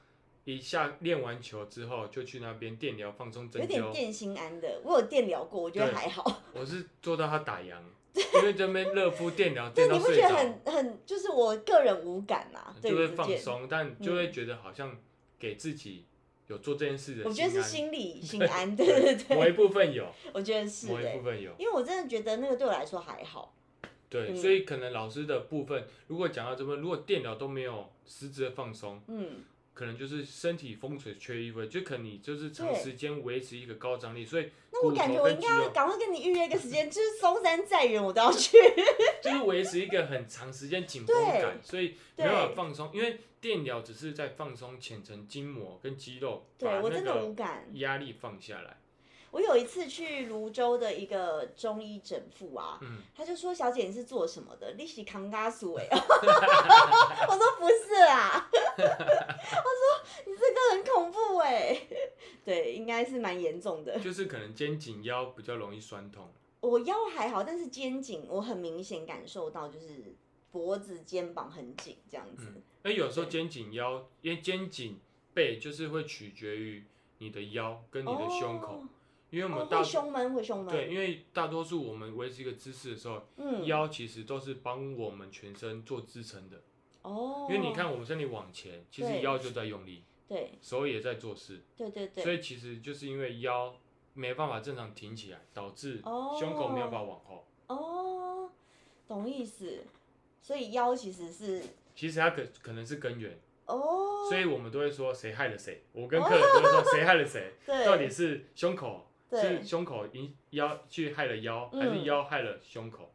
一下练完球之后就去那边电疗放松有针点灸，电心安的，我有电疗过，我觉得对还好。我是做到他打烊，因为这边热敷电疗对，电到你不睡觉得着，很很就是我个人无感嘛？对就会于这放件，松，但就会觉得好像给自己有做这件事的我觉得是心心 理心安，安。对对对，某一部分有，我觉得 是某一哎部，分有。因为我真的觉得那个对我来说还好，对，嗯所以可能老师的部分，如果讲到这边，如果电疗都没有实质的放松，嗯，可能就是身体风水缺一位，就可能你就是长对时间维持一个高张力，所以那我骨感觉我头跟应肌该要肉赶快跟你预约一个时 间，就是松山再远我都要去，就是维持一个很长时间紧绷感，所以没对办法放松，因为电疗只是在放松浅层筋膜跟肌肉，对把我那真的个无感。压力放下来。我有一次去泸州的一个中医诊妇啊，嗯，他就说：“小姐你是做什么的？利息扛嘎鼠哎。” 我说：“不是啊。” 我说：“你这个很恐怖哎、对，应该是蛮严重的。就是可能肩颈腰比较容易酸痛，我腰还好，但是肩颈我很明显感受到，就是脖子、肩膀很紧这样子。嗯那有时候对肩颈腰，因为肩颈背就是会取决于你的腰跟你的胸口。哦因为我哦们大、会胸闷，会胸闷。对，，因为大多数我们维持一个姿势的时候，嗯，腰其实都是帮我们全身做支撑的。哦，因为你，看我们身体往前，其实对腰就在用力，对手也在做事，对对所对，以其实就是因为腰没办法正常挺起来，导致哦胸口没有办法往后。哦，懂意思。所以腰其实是其实它可可能是根源，哦，所以我们都会说谁害了谁。我跟客人都会说谁害了谁，对，到底是胸口哦对是胸口引腰去害了腰，嗯还是腰害了胸口？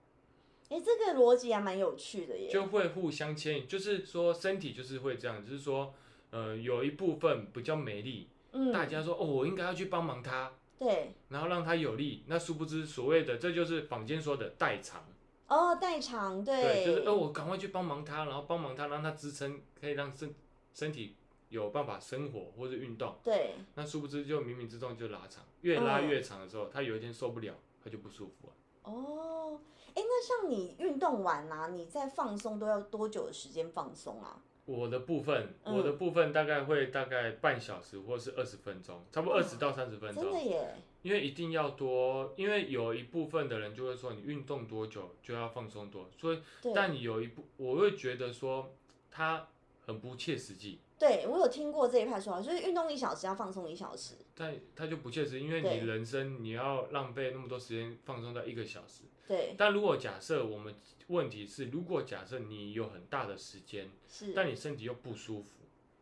哎、这个逻辑还蛮有趣的耶。就会互相牵引，就是说身体就是会这样，就是说，呃，有一部分比较没力，嗯，大家说哦，我应该要去帮忙他，对然后让他有力。那殊不知所谓的这就是坊间说的代偿，哦，代偿对对，就是哦，我赶快去帮忙他，然后帮忙他，让他支撑，可以让身身体有办法生活或者运动。对那殊不知就冥冥之中就拉长，越拉嗯越长的时候，他有一天受不了，他就不舒服了。哦，哎、那像你运动完啊，你在放松都要多久的时间放松啊？我的部分，嗯我的部分大概会大概半小时或是二十分钟，差不多哇二十到三十分哦真的钟，耶，因为一定要多，因为有一部分的人就会说你运动多久就要放松多，所以对，但有一部我会觉得说它很不切实际，对我有听过这一派说法，就是运动一小时要放松一小时，但它就不切实际，因为对你人生你要浪费那么多时间放松到一个小时，对，但如果假设我们问题是，如果假设你有很大的时间，是，但你身体又不舒服，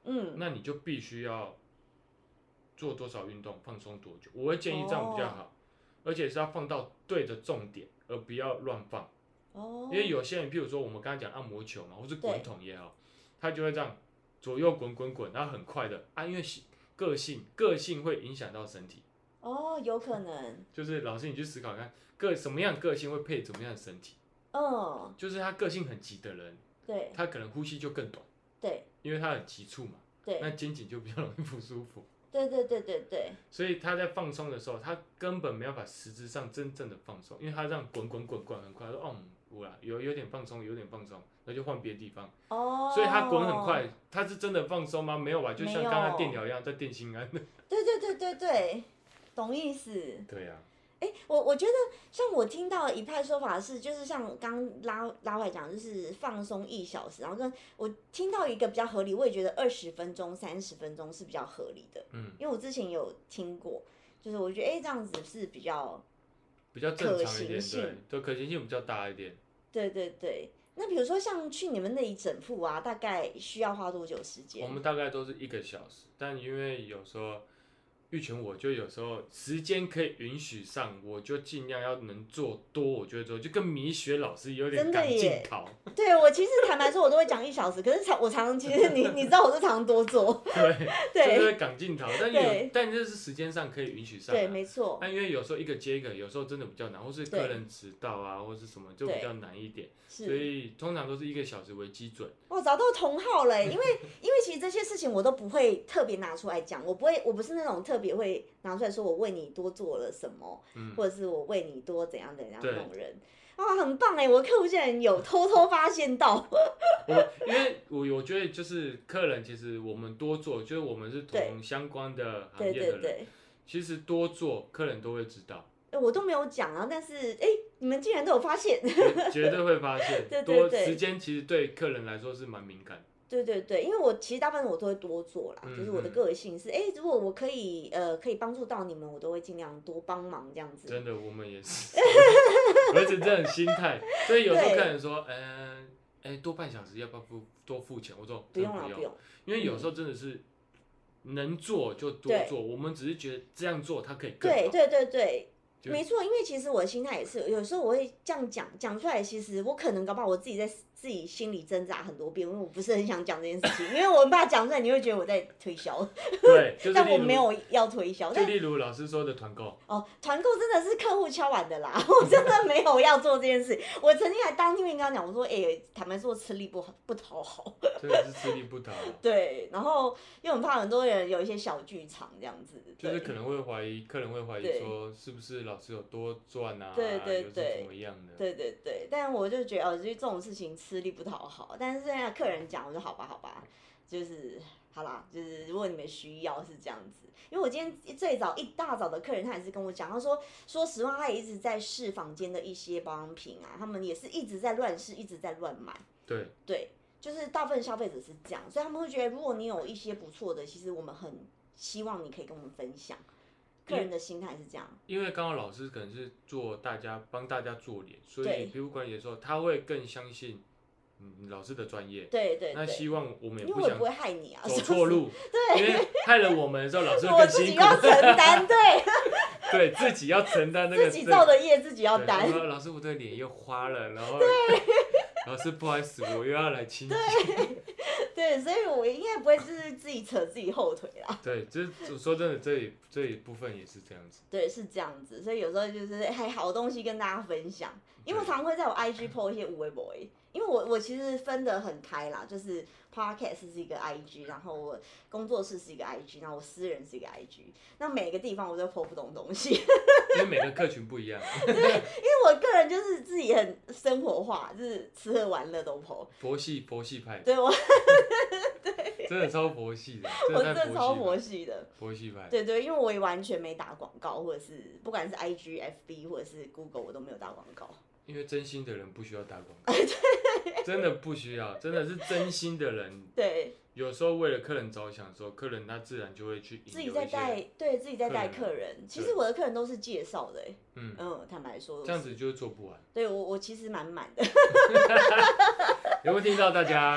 嗯，那你就必须要做多少运动，放松多久。我会建议这样比较哦好，而且是要放到对的重点，而不要乱放。哦，因为有些人，譬如说我们刚刚讲按摩球嘛，或是滚筒也好，他就会这样左右滚滚滚，然后很快的啊，因为喜个性个性会影响到身体。哦，有可能，就是老师，你去思考看，个什么样的个性会配怎么样的身体。嗯，就是他个性很急的人，对他可能呼吸就更短，对因为他很急促嘛，那对肩颈就比较容易不舒服。对对对对对，所以他在放松的时候，他根本没有办法实质上真正的放松，因为他这样滚滚滚滚很快，他说哦，嗯我啦有有点放松，有点放松，那就换别的地方。哦，所以他滚很快，他是真的放松吗？没有吧，就像没有刚刚电疗一样，在电心安。对对对对对，懂意思。对啊呀、哎，我我觉得像我听到一派说法是，就是像刚拉拉回来讲，就是放松一小时，然后跟我听到一个比较合理，我也觉得二十分钟、三十分钟是比较合理的，嗯，因为我之前有听过，就是我觉得哎、诶这样子是比较，比较正常一可行点，对性，对，可行性比较大一点。对对对。那比如说像去你们那里整副啊，大概需要花多久时间我？们大概都是一个小时，但因为有时候玉泉，我就有时候时间可以允许上，我就尽量要能做多，我就会做，就跟米雪老师有点真的赶耶进考，对我其实坦白说，我都会讲一小时，可是常我常其实你你知道我是常多做， 对，就对是赶进考，但对有但这是时间上可以允许上、对，啊。没错，但因为有时候一个接一个，有时候真的比较难，或是对客人迟到啊，或是什么就比较难一点，是。所以通常都是一个小时为基准。我找到同好了欸，因为 因为其实这些事情我都不会特别拿出来讲，我不会，我不是那种特别会拿出来说我为你多做了什么，嗯或者是我为你多怎样怎样对那种人。啊，很棒哎！我的客户竟然有偷偷发现到，我因为我我觉得就是客人，其实我们多做，就是我们是同相关的行对业的人，对对，其实多做，客人都会知道，哎我都没有讲啊，但是哎，你们竟然都有发现， 绝绝对会发现。对对多对时间其实对客人来说是蛮敏感的。对对对，因为我其实大部分我都会多做啦，嗯就是我的嗯个性是哎，如果我可以呃可以帮助到你们，我都会尽量多帮忙这样子。真的，我们也是， 而且这种心态，所以有时候对客人说，嗯、哎、多半小时要不要付多付钱？我说不真用的啦，不不用，嗯因为有时候真的是能做就多对做，我们只是觉得这样做它可以更对好。对对对，就没错，因为其实我的心态也是，有时候我会这样讲讲出来，其实我可能搞不好我自己在自己心里挣扎很多遍，因为我不是很想讲这件事情，因为我很怕讲出来，你会觉得我在推销，对，就是但例我如没，有要推销。就但例如老师说的团购，哦，团购真的是客户敲碗的啦，我真的没有要做这件事。我曾经还当面跟他讲，我说，哎、坦白说吃力不好不讨好， 真的是吃力不讨好，对，然后又很怕很多人有一些小剧场这样子，就是对可能会怀疑，客人会怀对疑说是不是老师有多赚啊，对对有对是怎么样的？对对对，但我就觉得，哦，就是这种事情吃力不讨好。但是现在客人讲，我就好吧，好吧，就是好啦，就是如果你们需要是这样子。因为我今天最早一大早的客人，他也是跟我讲，他说，说实话，他也一直在试房间的一些保养品啊，他们也是一直在乱试，一直在乱买。对，对，就是大部分消费者是这样，所以他们会觉得，如果你有一些不错的，其实我们很希望你可以跟我们分享。客人的心态是这样，因为刚好老师可能是做大家帮大家做脸，所对以皮肤管理的时候，他会更相信嗯老师的专业。对对那对，希望我们因为也不我也想不会害你啊，走错路， 对因为害了我们的时候，老师会我更自己辛苦，要承担，对 对自己要承担那个自己造的业自己要对嗯担然。后老师，我的脸又花了，然后 老师不好意思，我又要来清洁，对，所以我应该不会就是自己扯自己后腿啦。对，就是说真的，这一这一部分也是这样子，对，是这样子，所以有时候就是还好东西跟大家分享，因为我常会在我 IG po 一些无微博，因因为我我其实分得很开啦，就是 podcast 是一个 IG，然后我工作室是一个 IG，然后我私人是一个 IG，那每个地方我都剖不懂东西， 因为每个客群不一样，因为我个人就是自己很生活化，就是吃喝玩乐都剖，佛系佛系派，对我真的超佛系的，我真真的的太超佛佛系系的。了，佛系派。对对，因为我也完全没打广告，或者是不管是 IG、FB 或者是 Google，我都没有打广告。因为真心的人不需要打广啊告，真的不需要，真的是真心的人。对，有时候为了客人着想的时候，客人他自然就会去引自己流在一些带，对自己在带客啊客人。其实我的客人都是介绍的、欸，嗯，嗯，坦白说，这样子就做不完。对我我其实蛮满的。 有没有听到大家？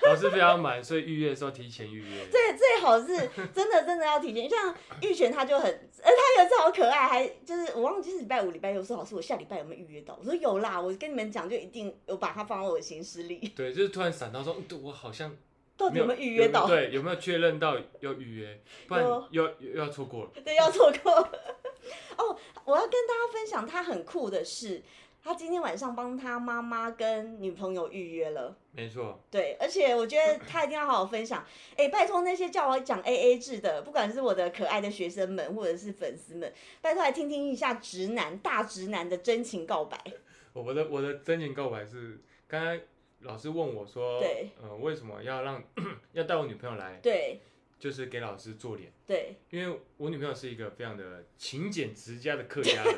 老师非常满，所以预约的时候提前预约。最最 好是真的真的要提前，像玉泉他就很，呃，他有一次好可爱，还就是我忘记是礼拜五、礼拜六，说老师我下礼拜有没有预约到？我说有啦，我跟你们讲就一定有把它放到我的行事历， 对，就是突然闪到说，嗯对我好像到底有没有预约到？对，有没有确认到要预约？不然有又又又要错过了。 对，要错过。哦，我要跟大家分享他很酷的事，他今天晚上帮他妈妈跟女朋友预约了。没错，对，而且我觉得他一定要好好分享。哎，拜托那些叫我讲 A A 制的，不管是我的可爱的学生们，或者是粉丝们，拜托来听听一下直男大直男的真情告白。 我的我的真情告白是，刚才老师问我说，对，呃，为什么要让 要带我女朋友来，对就是给老师做脸，对，因为我女朋友是一个非常的勤俭持家的客家 人，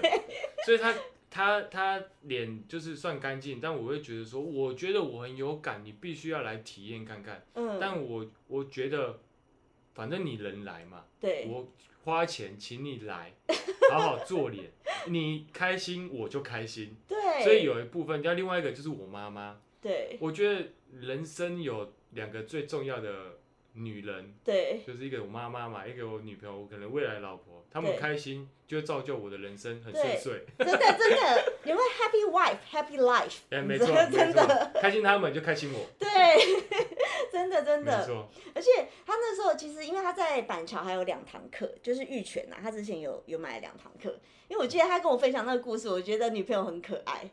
所以她她她脸就是算干净，但我会觉得说，我觉得我很有感，你必须要来体验看看。嗯，但我我觉得，反正你人来嘛，对我花钱请你来，好好 做脸，你开心我就开心。对，所以有一部分，但另外一个就是我妈妈，对我觉得人生有两个最重要的女人，对就是一个我妈妈嘛，一个我女朋友，我可能未来老婆，她们对开心就会造就我的人生很对顺遂。真的真的， 你会 happy wife happy life，哎， 没错，没真错的，开心她们就开心我，对， 真的真的没。错，而且他那时候其实，因为他在板桥还有两堂课，就是玉泉呐、他之前有有买了两堂课。因为我记得他跟我分享那个故事，我觉得女朋友很可爱，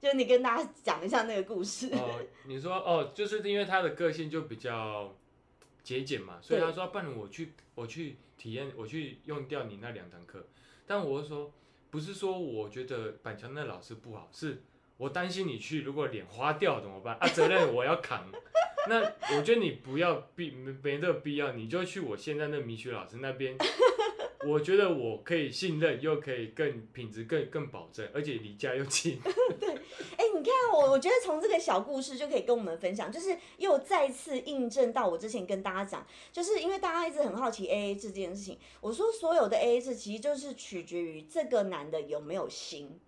就是你跟大家讲一下那个故事。哦，你说哦，就是因为她的个性就比较节俭嘛，所以对她说，不然我去我去体验，我去用掉你那两堂课。但我就说，不是说我觉得板桥那老师不好，是我担心你去，如果脸花掉怎么办 啊？责任我要扛。那我觉得你不要必没没这个必要，你就去我现在那米雪老师那 边。我觉得我可以信任，又可以更品质更更保证，而且离家又近。哎、你看我，我觉得从这个小故事就可以跟我们分享，就是又再次印证到我之前跟大家讲，就是因为大家一直很好奇 AA 制这件事情，我说所有的 AA 制其实就是取决于这个男的有没有心。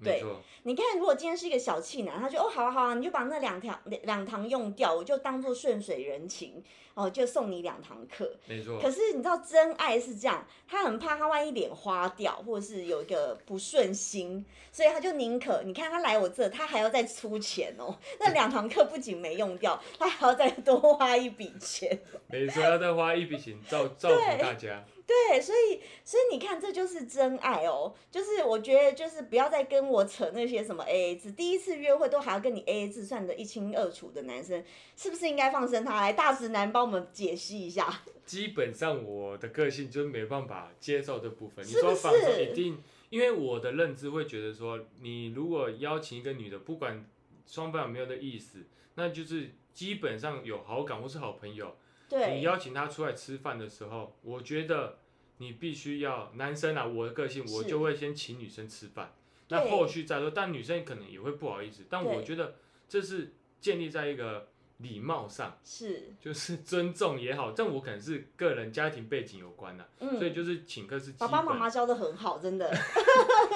没对错，你看，如果今天是一个小气男，他就哦，好啊好啊，你就把那两堂两两堂用掉，我就当做顺水人情，哦，就送你两堂课。没错。可是你知道，真爱是这样，他很怕他万一脸花掉，或者是有一个不顺心，所以他就宁可你看他来我这，他还要再出钱哦。那两堂课不仅没用掉，他还要再多花一笔钱。没错，要再花一笔钱 造造福大家。对，所以所以你看，这就是真爱哦。就是我觉得，就是不要再跟我扯那些什么 AA 制，第一次约会都还要跟你 AA 制算得一清二楚的男生，是不是应该放生他来？大直男帮我们解析一下。基本上我的个性就是没办法接受这部分。是不你说是放手一定，因为我的认知会觉得说，你如果邀请一个女的，不管双方有没有的意思，那就是基本上有好感或是好朋友，你对，邀请她出来吃饭的时候，我觉得你必须要男生啊，我的个性是我就会先请女生吃饭，对那后续再说。但女生可能也会不好意思，但对我觉得这是建立在一个礼貌上。是，就是 尊重也好，但我可能是个人家庭背景有关的、所以嗯，就是请客是基爸本，爸妈妈教的很好，真的。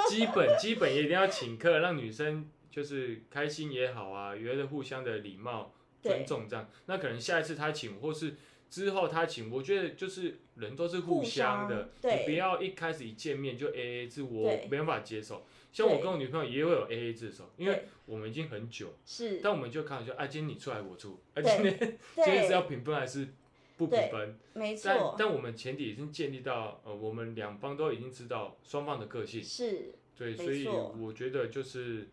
基本 基本也一定要请客，让女生就是开心也好啊，觉得互相的礼貌对 尊重这样。那可能下一次他请，或是之后他请，我觉得就是人都是互相相的，对你不要一开始一见面就 A A 制，我对没办法接受。像我对跟我女朋友也会有 A A 制的时候，因为对我们已经很久，是，但我们就开玩笑，啊，今天你出来我出，啊，对今天今天是要对，平分还是不平对分？没但错，但我们前提已经建立到，呃，我们两方都已经知道双方的个性，是，对，没所以错我觉得就是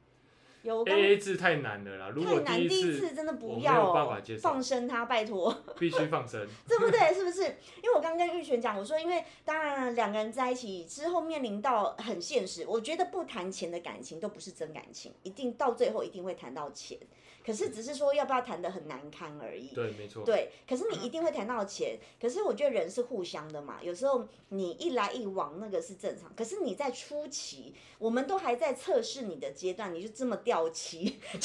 有我刚 A A 制太难了啦，如太果难，第一次次真的不我没要有办法哦接，受放生他，拜托。必须放 生，对不对？是不是？因为我刚跟玉璇讲，我说，因为当然两个人在一起之后面临到很现实，我觉得不谈钱的感情都不是真感情，一定到最后一定会谈到钱，可是只是说要不要谈的很难堪而已。对，没错，对，可是你一定会谈到钱，可是我觉得人是互相的嘛，有时候你一来一往那个是正常，可是你在初期，我们都还在测试你的阶段，你就这么掉漆，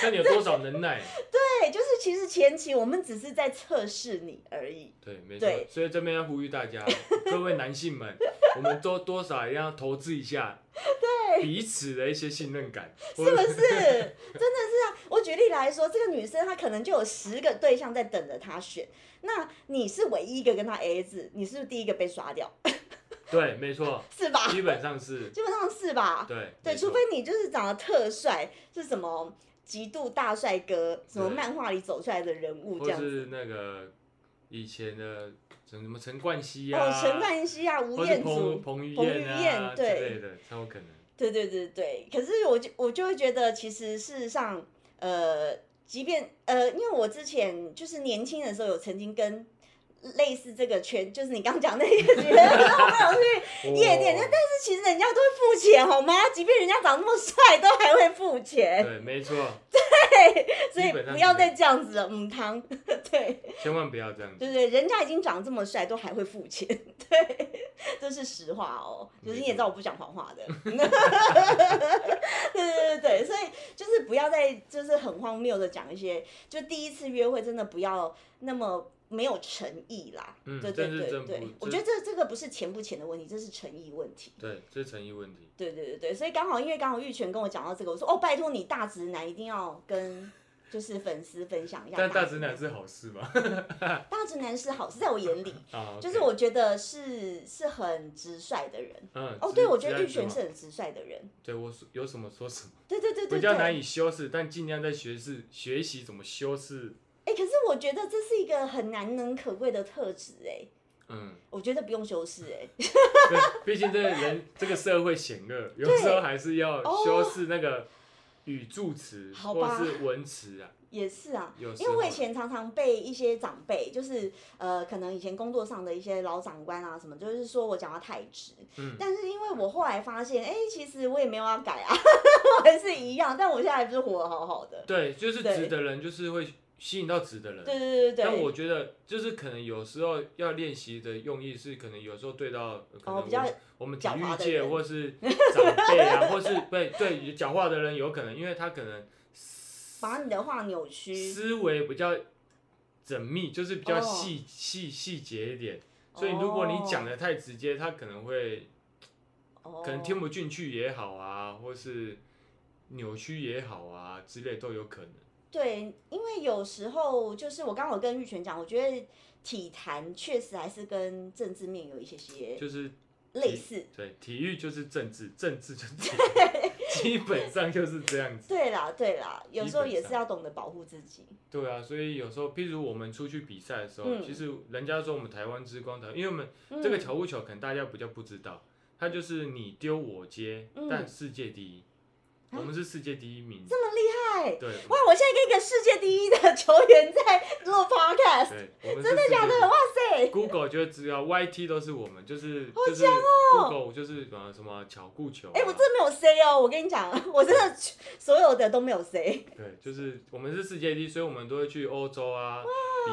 看你有多少能耐，对，就是其实前期我们只是在测试你而已。对，没错对，所以这边要呼吁 大家，哦各位男性们，我们多多少也要投资一下彼此的一些信任感，是不是？真的是啊！我举例来说，这个女生她可能就有十个对象在等着她选，那你是唯一一个跟她 A 字，你是不是第一个被刷掉？对，没错，是 吧？基本上是，基本上是吧？对，对，没错除非你就是长得特帅，是什么极度大帅哥，什么对漫画里走出来的人物这或样子。是那个以前的什么什么陈冠希啊，哦，陈冠希啊，吴或是彦彭祖，彭于彭晏于啊晏之对类的，才有可能。对对对对，可是我就我就会觉得，其实事实上，呃，即便呃，因为我之前就是年轻的时候有曾经跟类似这个圈，就是你刚讲那个圈， 然后我们有去， 夜店哦但是其实人家都会付钱好吗？即便人家长那么帅，都还会付钱，对，没错，所以基本上不是要这再样这样子了，母汤， 对千万不要这样子。对对，人家已经长这么帅，都还会付钱， 对，这是实话哦。可是你也知道我不讲谎话的， 对对对对，所以就是不要再就是很荒谬的讲一些，就第一次约会真的不要那么没有诚意啦。嗯对对这是对真不对这，我觉得这这个不是钱不钱的问题，这是诚意问题。对，这是诚意问题。对对对对，所以刚好因为刚好玉泉跟我讲到这个，我说哦，拜托你大直男一定要跟就是粉丝分享一下。但大直男是好事 吗？大直男是好，是在我眼里，啊，就是 OK，我觉得是是很直率的人。嗯，哦，直对，我觉直得男玉泉嘛是很直率的人。对我说有什么说什么，对对对对比较对。难以修饰，但尽量在学识学习怎么修饰。哎、可是我觉得这是一个很难能可贵的特质哎、 嗯，我觉得不用修饰哎、对，毕竟这个人这个社会险恶，有时候还是要哦修饰那个语助词好或吧是文词啊，也是啊。有时因为我候以前常常被一些长辈，就是呃，可能以前工作上的一些老长官啊什么，就是说我讲话太直。嗯但是因为我后来发现，哎、其实我也没有要改啊，我还是一样，但我现在还不是活得好好的。对，就是对直的人就是会吸引到直的人。对对对对但对。呃我觉得就是可能有时候要练习的用意是，可能有时候对到呃可哦能我比较们我们体狡育猾的界人 或是长辈啊，或是对对讲话的人有可能，因为他可能把你的话扭曲，思维比较缜密，就是比较哦细细细节一点。所以如果你讲的太直接，他可能会哦、可能听不进去也好啊，或是扭曲也好啊之类都有可能。对，因为有时候就是我刚好跟玉泉讲，我觉得体坛确实还是跟政治面有一些些就是类似。对，体育就是政治，政治就是 体育基本上就是这样子。对啦，对啦，有时候基本也上是要懂得保护自己。对啊，所以有时候，譬如我们出去比赛的时候，嗯其实人家说我们台湾之光，台湾，因为我们嗯这个巧物球可能大家比较不知道，它就是你丢我接，嗯但世界第一，啊我们是世界第一名，这么厉害对哇！我现在跟一个世界第一的 球员在录 podcast，对，我们真的假的？哇塞！ ？Google 就知道，YT 都是我们，就是好就是强哦 Google 就是什么什么巧固球、啊，哎、我真的没有 C 哦，我跟你讲，我真的所有的都没有 C。对，就是我们是世界第一，所以我们都会去欧洲啊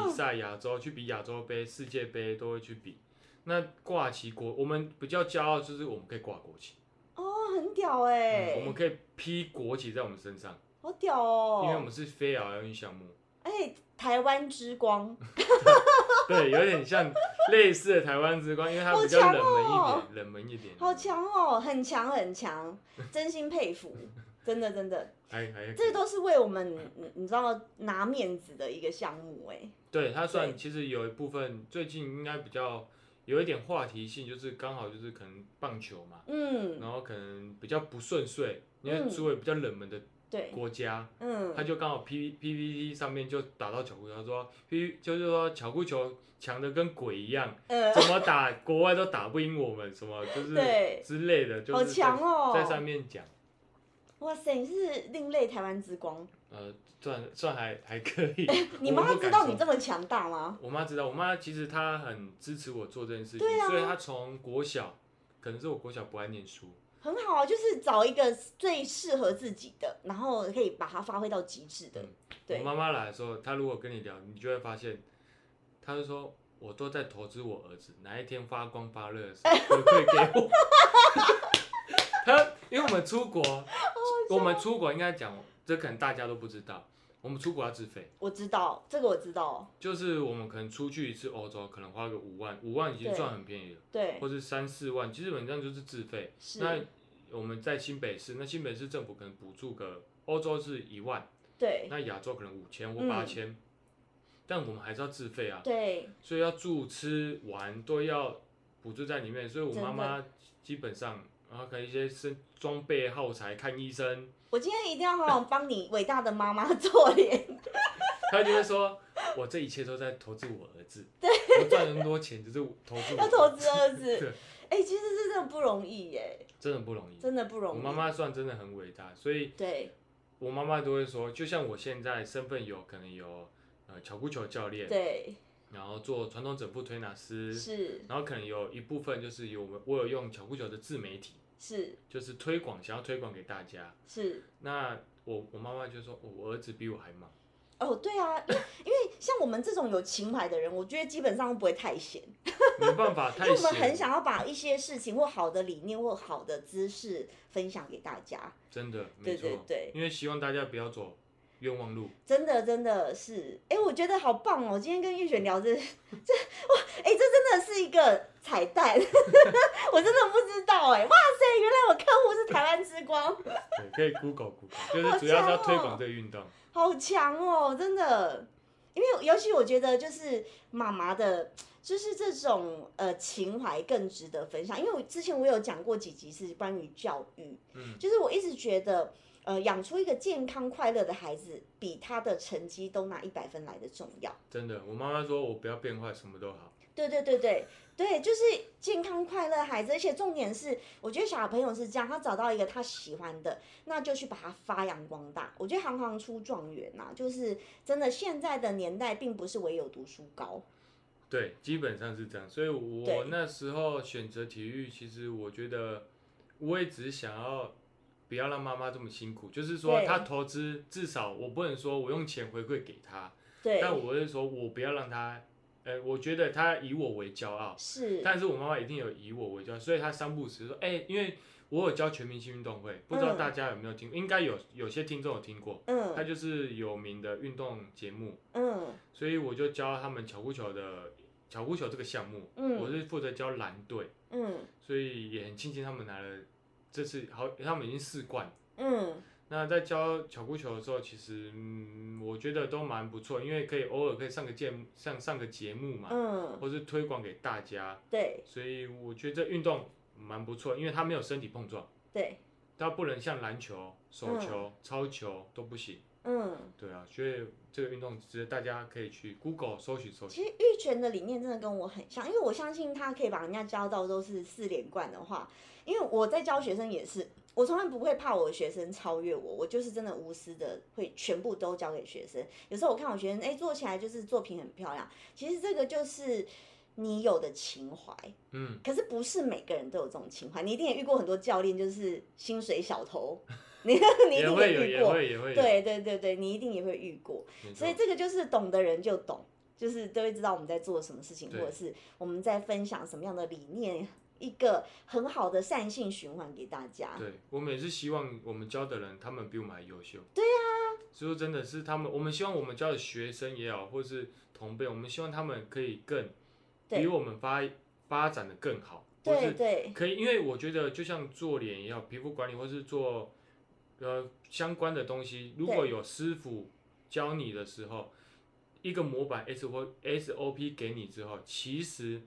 比赛，亚洲去比亚洲杯、世界杯都会去比。那挂旗国，我们比较骄傲就是我们可以挂国旗，哦，很屌嗯哎、我们可以披国旗在我们身上，好屌哦！因为我们是非奥运项目， 哎、台湾之光，对，有点像类似的台湾之光，因为它比较好强冷门一哦点，冷门一点，好，强哦，很强很强， 真心佩服，真的真的，还还这都是为我们你你知道拿面子的一个项目哎，对它算对其实有一部分最近应该比较有一点话题性，就是刚好就是可能棒球嘛，嗯，然后可能比较不顺遂，因为嗯输给比较冷门的对，国家，嗯他，就刚好 P P P T 上面就打到巧固球，他说 P 就是说巧固球强的跟鬼一样，呃，怎么打国外都打不赢我们，什么就是对之类的，就好是在强哦在上面讲，哇塞，你是另类台湾之光！。呃，算算还还可以哎你妈我妈不知敢道你说这么强大吗？我妈知道，我妈其实她很支持我做这件事情，对啊所以她从国小，可能是我国小不爱念书，很好啊，就是找一个最适合自己的，然后可以把它发挥到极致的嗯。对我妈妈来的时候，她如果跟你聊，你就会发现，她就说我都在投资我儿子，哪一天发光发热的时候回馈给我。 她因为我们出国，我们出国应该讲，这可能大家都不知道，我们出国要自费，我知道这个，我知道，就是我们可能出去一次欧洲，可能花个五万，五万已经对算很便宜了，对，或是三四万，基本上就是自费。那是，我们在新北市，那新北市政府可能补助个欧洲是一万。对，那亚洲可能五千或嗯八千、但我们还是要自费啊，对，所以要住、吃、玩都要补助在里面。所以我真的妈妈基本上，然后可能一些生装备耗材、看医生，我今天一定要好好帮你伟大的妈妈做脸。她就会说：“我这一切都在投资我儿 子，我赚那么多钱就是投资我要儿子投资儿子 对。哎、其实这真的不容易耶，真的不容易。真的不我容易。妈妈算真的很伟大，所以对我妈妈都会说，就像我现在身份有可能有呃巧固球教练，对然后做传统整复推拿师，是然后可能有一部分就是有我们我有用巧固球的自媒体，是就是推广，想要推广给大家。是那我我妈妈就说、哦我儿子比我还 忙，哦，对啊，因为因为像我们这种有情怀的人，我觉得基本上都不会太闲，没办法，因太为我们很闲，想要把一些事情或好的理念或好的知识分享给大家。真的没对错，对对，因为希望大家不要走冤枉 路。真的真的是，哎、我觉得好棒哦！今天跟玉璇聊这这哇，哎、这真的是一个彩蛋， 我真的不知道哎、哇塞，原来我客户是台湾之光，对，可以 Google Google，就是主要是要推广这个运动。好强哦，真的。因为尤其我觉得就是妈妈的，就是这种呃情怀更值得分享。因为我之前我有讲过几集是关于教育，嗯，就是我一直觉得呃养出一个健康快乐的孩子，比他的成绩都拿一百分来的重要。真的，我妈妈说我不要变坏，什么都好。对对对对对，就是健康快乐孩子，而且重点是，我觉得小朋友是这样，他找到一个他喜欢的，那就去把它发扬光大。我觉得行行出状元呐、就是真的现在的年代，并不是唯有读书高。对，基本上是这样。所以我对那时候选择体育，其实我觉得我也只是想要不要让妈妈这么辛苦，就是说对她投资，至少我不能说我用钱回馈给她，对，但我是说我不要让她，呃，我觉得她以我为骄傲，是，但是我妈妈一定有以我为骄傲，所以她三不五时说，哎、因为我有教全明星运动会，不知道嗯大家有没有听，应该有有些听众有听过，它嗯就是有名的运动节目，嗯所以我就教他们巧固球的巧固球这个项目，嗯我是负责教蓝队，嗯所以也很庆幸他们拿了这次好，他们已经四冠。嗯，那在教巧固球的时候，其实、嗯、我觉得都蛮不错，因为可以偶尔可以上个节目上上个节目嘛，嗯，或是推广给大家，对所以我觉得运动蛮不错，因为它没有身体碰撞，对，它不能像篮球、手球、超球都不行。嗯。对啊，所以这个运动值得大家可以去 Google 搜寻搜寻。其实玉泉的理念真的跟我很像，因为我相信他可以把人家教到都是四连贯的话，因为我在教学生也是，我从来不会怕我的学生超越我，我就是真的无私的会全部都教给学生。有时候我看我学生，哎、做起来就是作品很漂亮，其实这个就是你有的情怀，嗯。可是不是每个人都有这种情怀，你一定也遇过很多教练就是薪水小偷，你你一也定会有，遇也过，会，也会有，对对对对，你一定也会遇 过。没所以错这个就是懂的人就懂，就是都会知道我们在做什么事情，或对者是我们在分享什么样的理念，一个很好的善性循环给大家。对我们也是希望我们教的人，他们比我们还优秀。对啊，所以说真的是他们，我们希望我们教的学生也好，或是同辈，我们希望他们可以更对比我们发发展的更好，或对是对可以，因为我觉得就像做脸也好，皮肤管理或是做呃相关的东西，如果对有师傅教你的时候，一个模板 S O S O P 给你之后，其实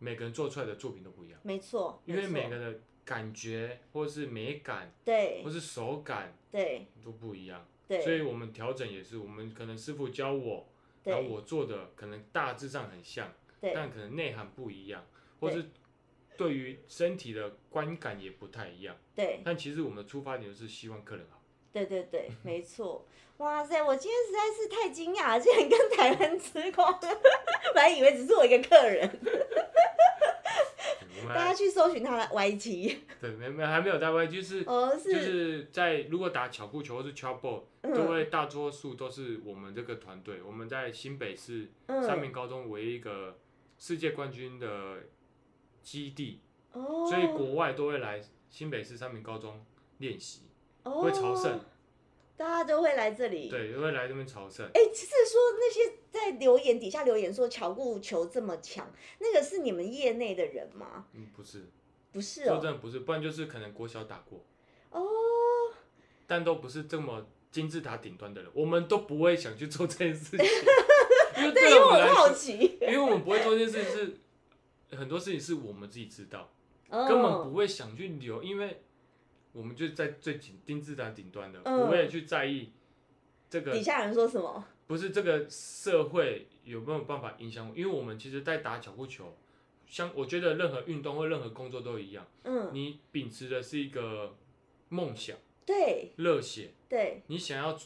每个人做出来的作品都不一样。没错，因没为错每个的感觉或是美感对或是手感对都不一样，所对以我们调整也是，我们可能师傅教我，然后对我做的可能大致上很像，对但可能内涵不一样，或是对于身体的观感也不太一样。对但其实我们的出发点就是希望客人好。对对 对，没错。哇塞，我今天实在是太惊讶了，竟然跟台湾吃光了，本来以为只是我一个客人。嗯我们大家还去搜寻他的 YT，对没没还没有在外，就是、哦，就是是在如果打巧固球或是 c h o b o 各嗯位大多数都是我们这个团队，我们在新北市三嗯，明高中唯一一个世界冠军的基地，哦，所以国外都会来新北市三明高中练习，会会朝圣，，哦大家都会来这里。对，会来这边朝圣。哎、其实说那些在留言底下留言说乔固球这么强，那个是你们业内的人吗？嗯，不是，不是说真哦，的不是，不然就是可能国小打过，哦，但都不是这么金字塔顶端的人，我们都不会想去做这 件事情，因为对，因对为我我很们来好说，奇，因为我们不会做这件事情是很多事情是我们自己知道，根根本不会想去留，因为我们就在最紧金字塔顶端的，嗯不会去在意这个底下人说什么？不是这个社会有没有办法影响我，因为我们其实，在打巧固球，像我觉得任何运动或任何工作都一样，嗯，你秉持的是一个梦想、对热血，对，你想要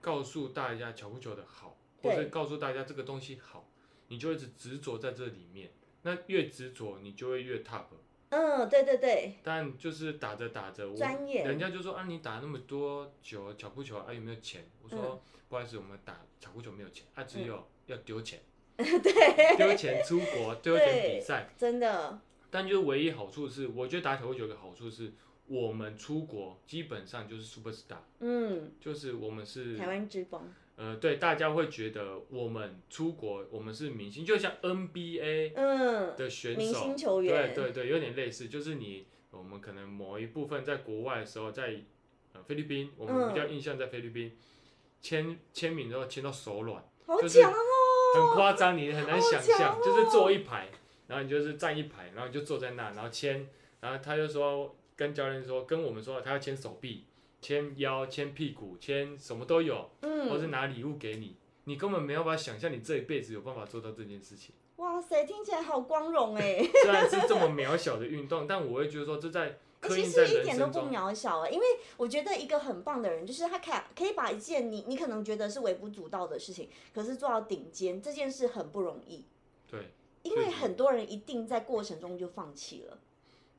告诉大家巧固球的好，对或是告诉大家这个东西好，你就一直执着在这里面。那越执着，你就会越 top。嗯，对对对， 但就是打着打着，我专业人家就说啊，你打那么多球巧固球啊，有没有钱？我说、嗯不好意思，我们打巧固球没有钱，啊，只 有要丢钱，丢对，钱出国，丢钱比赛。真的，但就是唯一好处是，我觉得打巧固球有个好处是，我们出国基本上就是 super star，嗯，就是我们是台湾之光，呃，对，大家会觉得我们出国，我们是明星，就像 NBA 嗯，的选明手星，球对员，对对，有点类似，就是你我们可能某一部分在国外的时候，在呃菲律宾，我们比较嗯印象在菲律宾签签名之后签到手软，好就是强哦，很夸张，你很难好想强象，就哦是坐一排，然后你就是站一排，然后你就坐在那，然后签，然后他就说跟教练说，跟我们说他要签手臂、签腰、签屁股、签什么都有，或是嗯，拿礼物给你，你根本没有办法想象你这一辈子有办法做到这件事情。哇塞，听起来好光荣 哎、虽然是这么渺小的运动，但我会觉得说这在欸刻其印在实一人点都生不中。渺小啊，因为我觉得一个很棒的人，就是他可以可以把一件你你可能觉得是微不足道的事情，可是做到顶尖，这件事很不容易，对因为确实很多人一定在过程中就放弃了。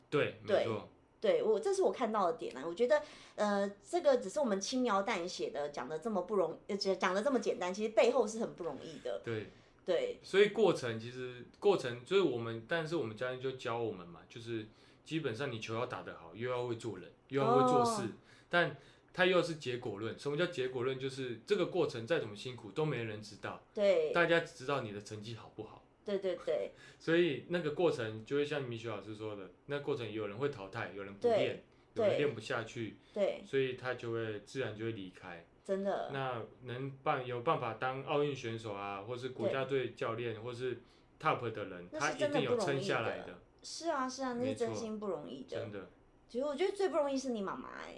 对，对没错，对我，这是我看到的点啊。我觉得，呃，这个只是我们轻描淡写的讲的这么不容，呃，讲讲的这么简单，其实背后是很不容易的。对。对，所以过程其实过程就是我们，但是我们教练就教我们嘛，就是基本上你球要打得好，又要会做人，又要会做事，哦但它又是结果论。什么叫结果论？就是这个过程再怎么辛苦都没人知道，对，大家只知道你的成绩好不好。对对对，所以那个过程就会像米雪老师说的，那过程有人会淘汰，有人不对练，有对人练不下去，对，所以他就会自然就会离开。真的，那能办有办法当奥运选手啊，或是国家队教练，或是 top 的人，那他是一真的定有不容撑易下来的的，是啊是啊，那是没真错心不容易的真。的。其实我觉得最不容易是你妈妈 哎、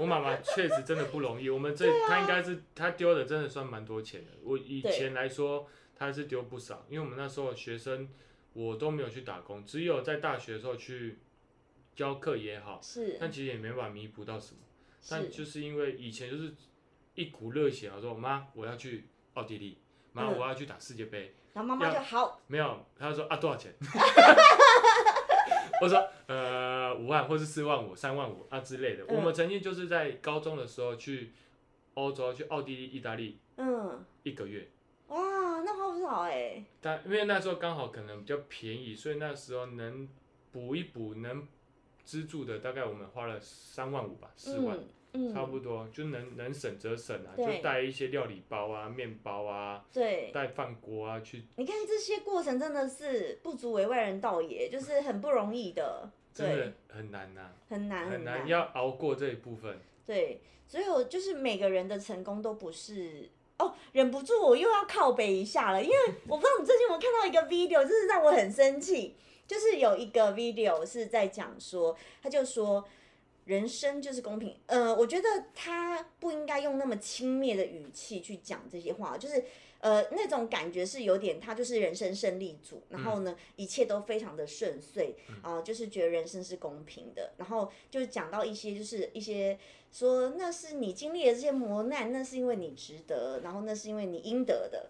我妈妈确实真的不容易，我们这她应该是她丢的真的算蛮多钱的。我以啊对前来说，她是丢不少，因为我们那时候学生我都没有去打工，只有在大学的时候去教课也好，是但其实也没办法弥补到什么。但是，就是因为以前就是一股热血啊，我说妈，我要去奥地利，妈，嗯我要去打世界杯。然后妈妈就要好，没有，他就说啊多少钱？ 我说呃五万或是四万五、三万五啊之类的。嗯我们曾经就是在高中的时候去欧洲，去奥地利、意大利嗯，一个月。哇，那花不少哎、但因为那时候刚好可能比较便宜，所以那时候能补一补，能资助的大概我们花了三万五吧，四万。嗯嗯，差不多，就能能省则省啊，对就带一些料理包啊、面包啊、对，带饭锅啊去，你看这些过程真的是不足为外人道也，就是很不容易的，真对的，很难呐、很难很难难，要熬过这一部分。对，所以我就是每个人的成功都不是。哦，忍不住我又要靠北一下了，因为我不知道你最近有没有看到一个 video，就是让我很生气。就是有一个 video 是在讲说，他就说人生就是公平，呃，我觉得他不应该用那么轻蔑的语气去讲这些话，就是呃，那种感觉是有点，他就是人生胜利组，然后呢，一切都非常的顺遂啊、就是觉得人生是公平的。然后就是讲到一些，就是一些说那是你经历的这些磨难，那是因为你值得，然后那是因为你应得的。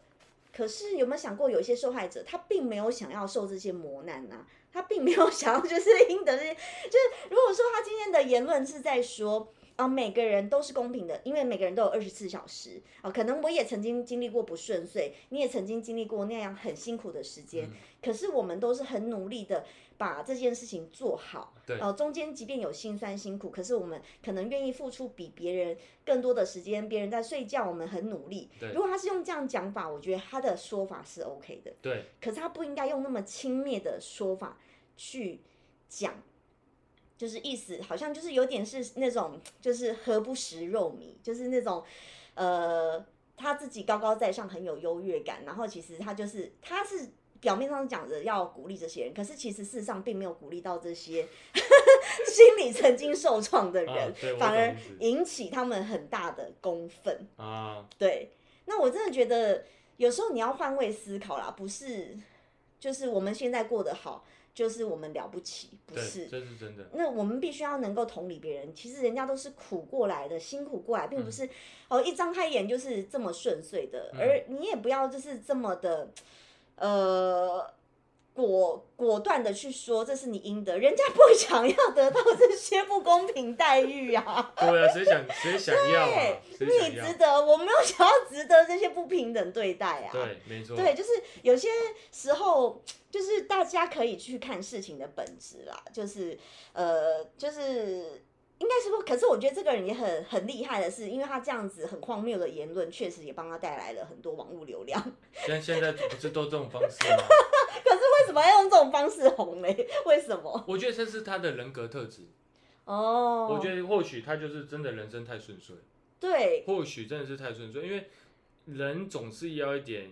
可是有没有想过，有一些受害者他并没有想要受这些磨难呐、 他并没有想要就是应得这些，啊就是如果说他今天的言论是在说。啊、每个人都是公平的，因为每个人都有二十四小时啊、可能我也曾经经历过不顺遂，你也曾经经历过那样很辛苦的时间，可是我们都是很努力的把这件事情做好。对呃，中间即便有辛酸辛苦，可是我们可能愿意付出比别人更多的时间，别人在睡觉，我们很努力。对如果他是用这样讲法，我觉得他的说法是 OK 的。对，可是他不应该用那么轻蔑的说法去讲，就是意思好像就是有点是那种就是何不食肉糜，就是那种呃他自己高高在上很有优越感，然后其实他就是他是。表面上讲着要鼓励这些人，可是其实事实上并没有鼓励到这些心理曾经受创的人，啊对我反懂而意思引起他们很大的公愤。啊，对，那我真的觉得有时候你要换位思考啦，不是就是我们现在过得好，就是我们了不起，不对，是。这是真的，那我们必须要能够同理别人，其实人家都是苦过来的，辛苦过来，并不是、哦一张开眼就是这么顺遂的，嗯而你也不要就是这么的，呃。果果断的去说这是你应得，人家不想要得到这些不公平待遇啊！对啊，谁想谁想要啊？谁你想要值？得，我没有想要值得这些不平等对待啊！对，没错，对，就是有些时候，就是大家可以去看事情的本质啦，就是呃，就是应该是说，可是我觉得这个人也很很厉害的是，因为他这样子很荒谬的言论，确实也帮他带来了很多网络流量。 现现在不是都这种方式吗？为什么要用这种方式红嘞？ 为什么？我觉得这是他的人格特质。哦，我得觉得或许他就是真的人生太顺遂，对，或许真的是太顺遂，因为人总是要一点，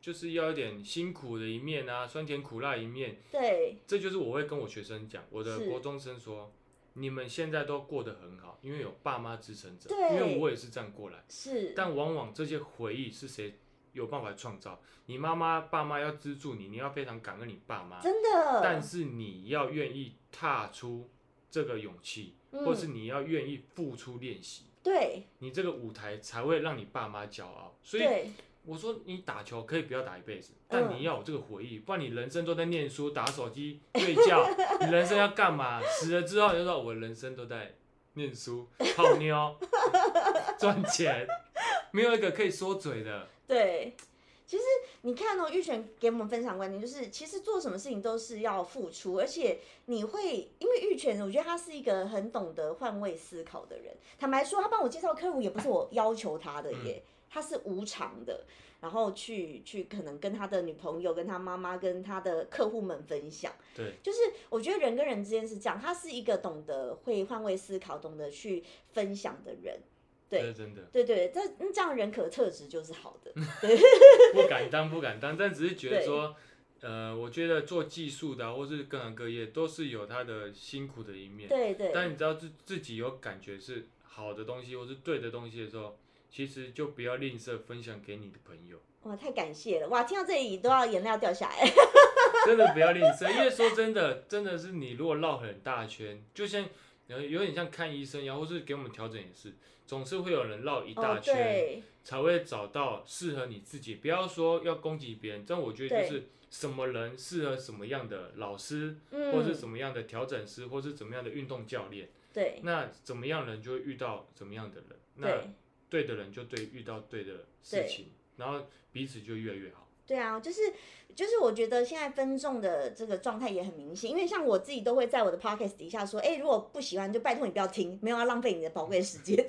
就是要一点辛苦的一面啊，酸甜苦辣一面。对，这就是我会跟我学生讲，我的是国中生说，你们现在都过得很好，因为有爸妈支撑着，对因为我也是这样过来。是，但往往这些回忆是谁有办法创造？你妈妈、爸妈要资助你，你要非常感恩你爸妈，真的，但是你要愿意踏出这个勇气，或是嗯、你要愿意付出练习，对你这个舞台才会让你爸妈骄傲。所以对我说你打球可以不要打一辈子，但你要有这个回忆，不然你人生都在念书、打手机、睡觉，你人生要干嘛？死了之后你就说我人生都在念书、泡妞、 赚钱，没有一个可以说嘴的。对。其实你看哦，玉璇给我们分享观点，就是其实做什么事情都是要付出，而且你会因为玉泉，我觉得他是一个很懂得换位思考的人。坦白说，他帮我介绍客户也不是我要求他的耶，他是无偿的，然后去去可能跟他的女朋友、跟他妈妈、跟他的客户们分享。对，就是我觉得人跟人之间是这样，他是一个懂得会换位思考、懂得去分享的人。对这是真的，对对，这嗯这样人格特质就是好的。不敢当，不敢当，但只是觉得说，呃，我觉得做技术的啊、或是各行各业都是有它的辛苦的一面。对对，但你知道自自己有感觉是好的东西或是对的东西的时候，其实就不要吝啬分享给你的朋友，哇，太感谢了！哇，听到这里都要眼泪要掉下来。真的不要吝啬，因为说真的，真的是你如果绕很大圈，就像呃有点像看医生一样，或是给我们调整也是，总是会有人绕一大哦，圈、对，才会找到适合你自己。不要说要攻击别人，但我觉得就是什么人适合什么样的老师，嗯，或是什么样的调整师，或是怎么样的运动教练，对那怎么样人就会遇到怎么样的人，那。对对的人就对遇到对的事情，然后彼此就越来越好。 对啊，就是就是，我觉得现在分众的这个状态也很明显，因为像我自己都会在我的 podcast 底下说，哎，如果不喜欢就拜托你不要听，没有要浪费你的宝贵时间，对，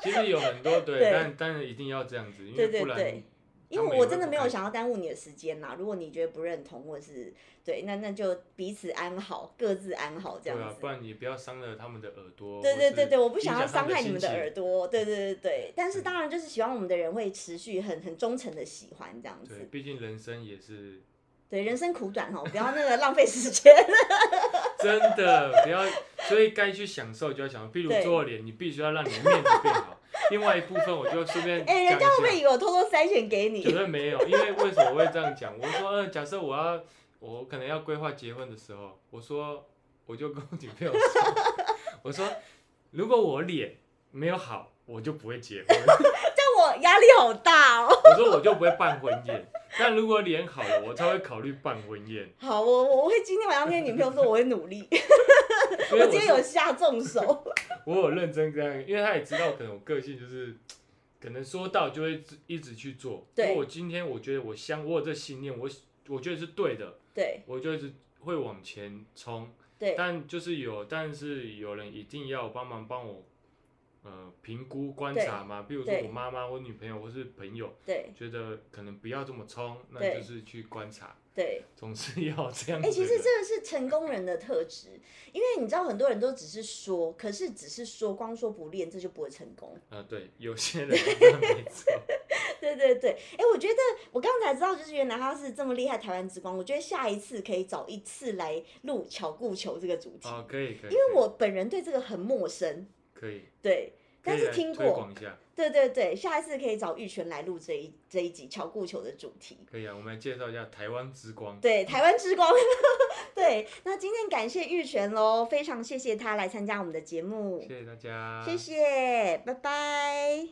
其实有很多对，对但但是一定要这样子， 因对为对不然对因为我真的没有想要耽误你的时间啦。如果你觉得不认同或是对，那那就彼此安好，各自安好这对样啊子，。不然你不要伤了他们的耳朵。对对对对，或我不想要影响他伤们的害你们的心情耳朵。对对对对，但是当然就是喜欢我们的人会持续很很忠诚的喜欢这样是子对，。毕竟人生也是对，人生苦短哈，哦不要那个浪费时 间。真的，不要，所以该去享受就要享受。比如对做脸，你必须要让你的面子变好。另外一部分我就顺便哎、人讲一家会不下会以。为我偷偷筛选给绝你？对没有，因为为什么会这样讲？我说，呃，假设我要，我可能要规划结婚的时候，我说，我就跟我女朋友说， 我说，如果我脸没有好，我就不会结婚， 但我压力好大哦。我说我就不会办婚宴。但如果脸好了，我才会考虑办婚宴，好，我我会今天晚上跟你女朋友说我会努力，因我今为我天有是下重手。我有认真这样，因为她也知道可能我个性就是。可能说到就会一直去做。对如果我今天我觉得我相我有这信念，我我觉得是对的，对我就一直会往前冲。对但就是有，但是有人一定要帮忙帮我，呃，评估观察嘛。比如说对我妈妈、我女朋友或是朋友，对觉得可能不要这么冲，那对就是去观察，对，总是要这样哎、子的人。其实这个是成功人的特质，因为你知道很多人都只是说，可是只是说，光说不练，这就不会成功。啊、对，有些人 是这样没错，对对对，哎、我觉得我刚才知道，就是原来他是这么厉害台湾之光。我觉得下一次可以找一次来录巧固球这个主题，哦，可以可以，因为我本人对这个很陌生，可以，对，可以但是来听推过，广一下，对对对，下一次可以找玉泉来录这一这一集巧固球的主题。可以啊，我们来介绍一下台湾之光，对，台湾之光， 对，那今天感谢玉泉喽，非常谢谢他来参加我们的节目啊谢，谢大家，谢谢，拜拜。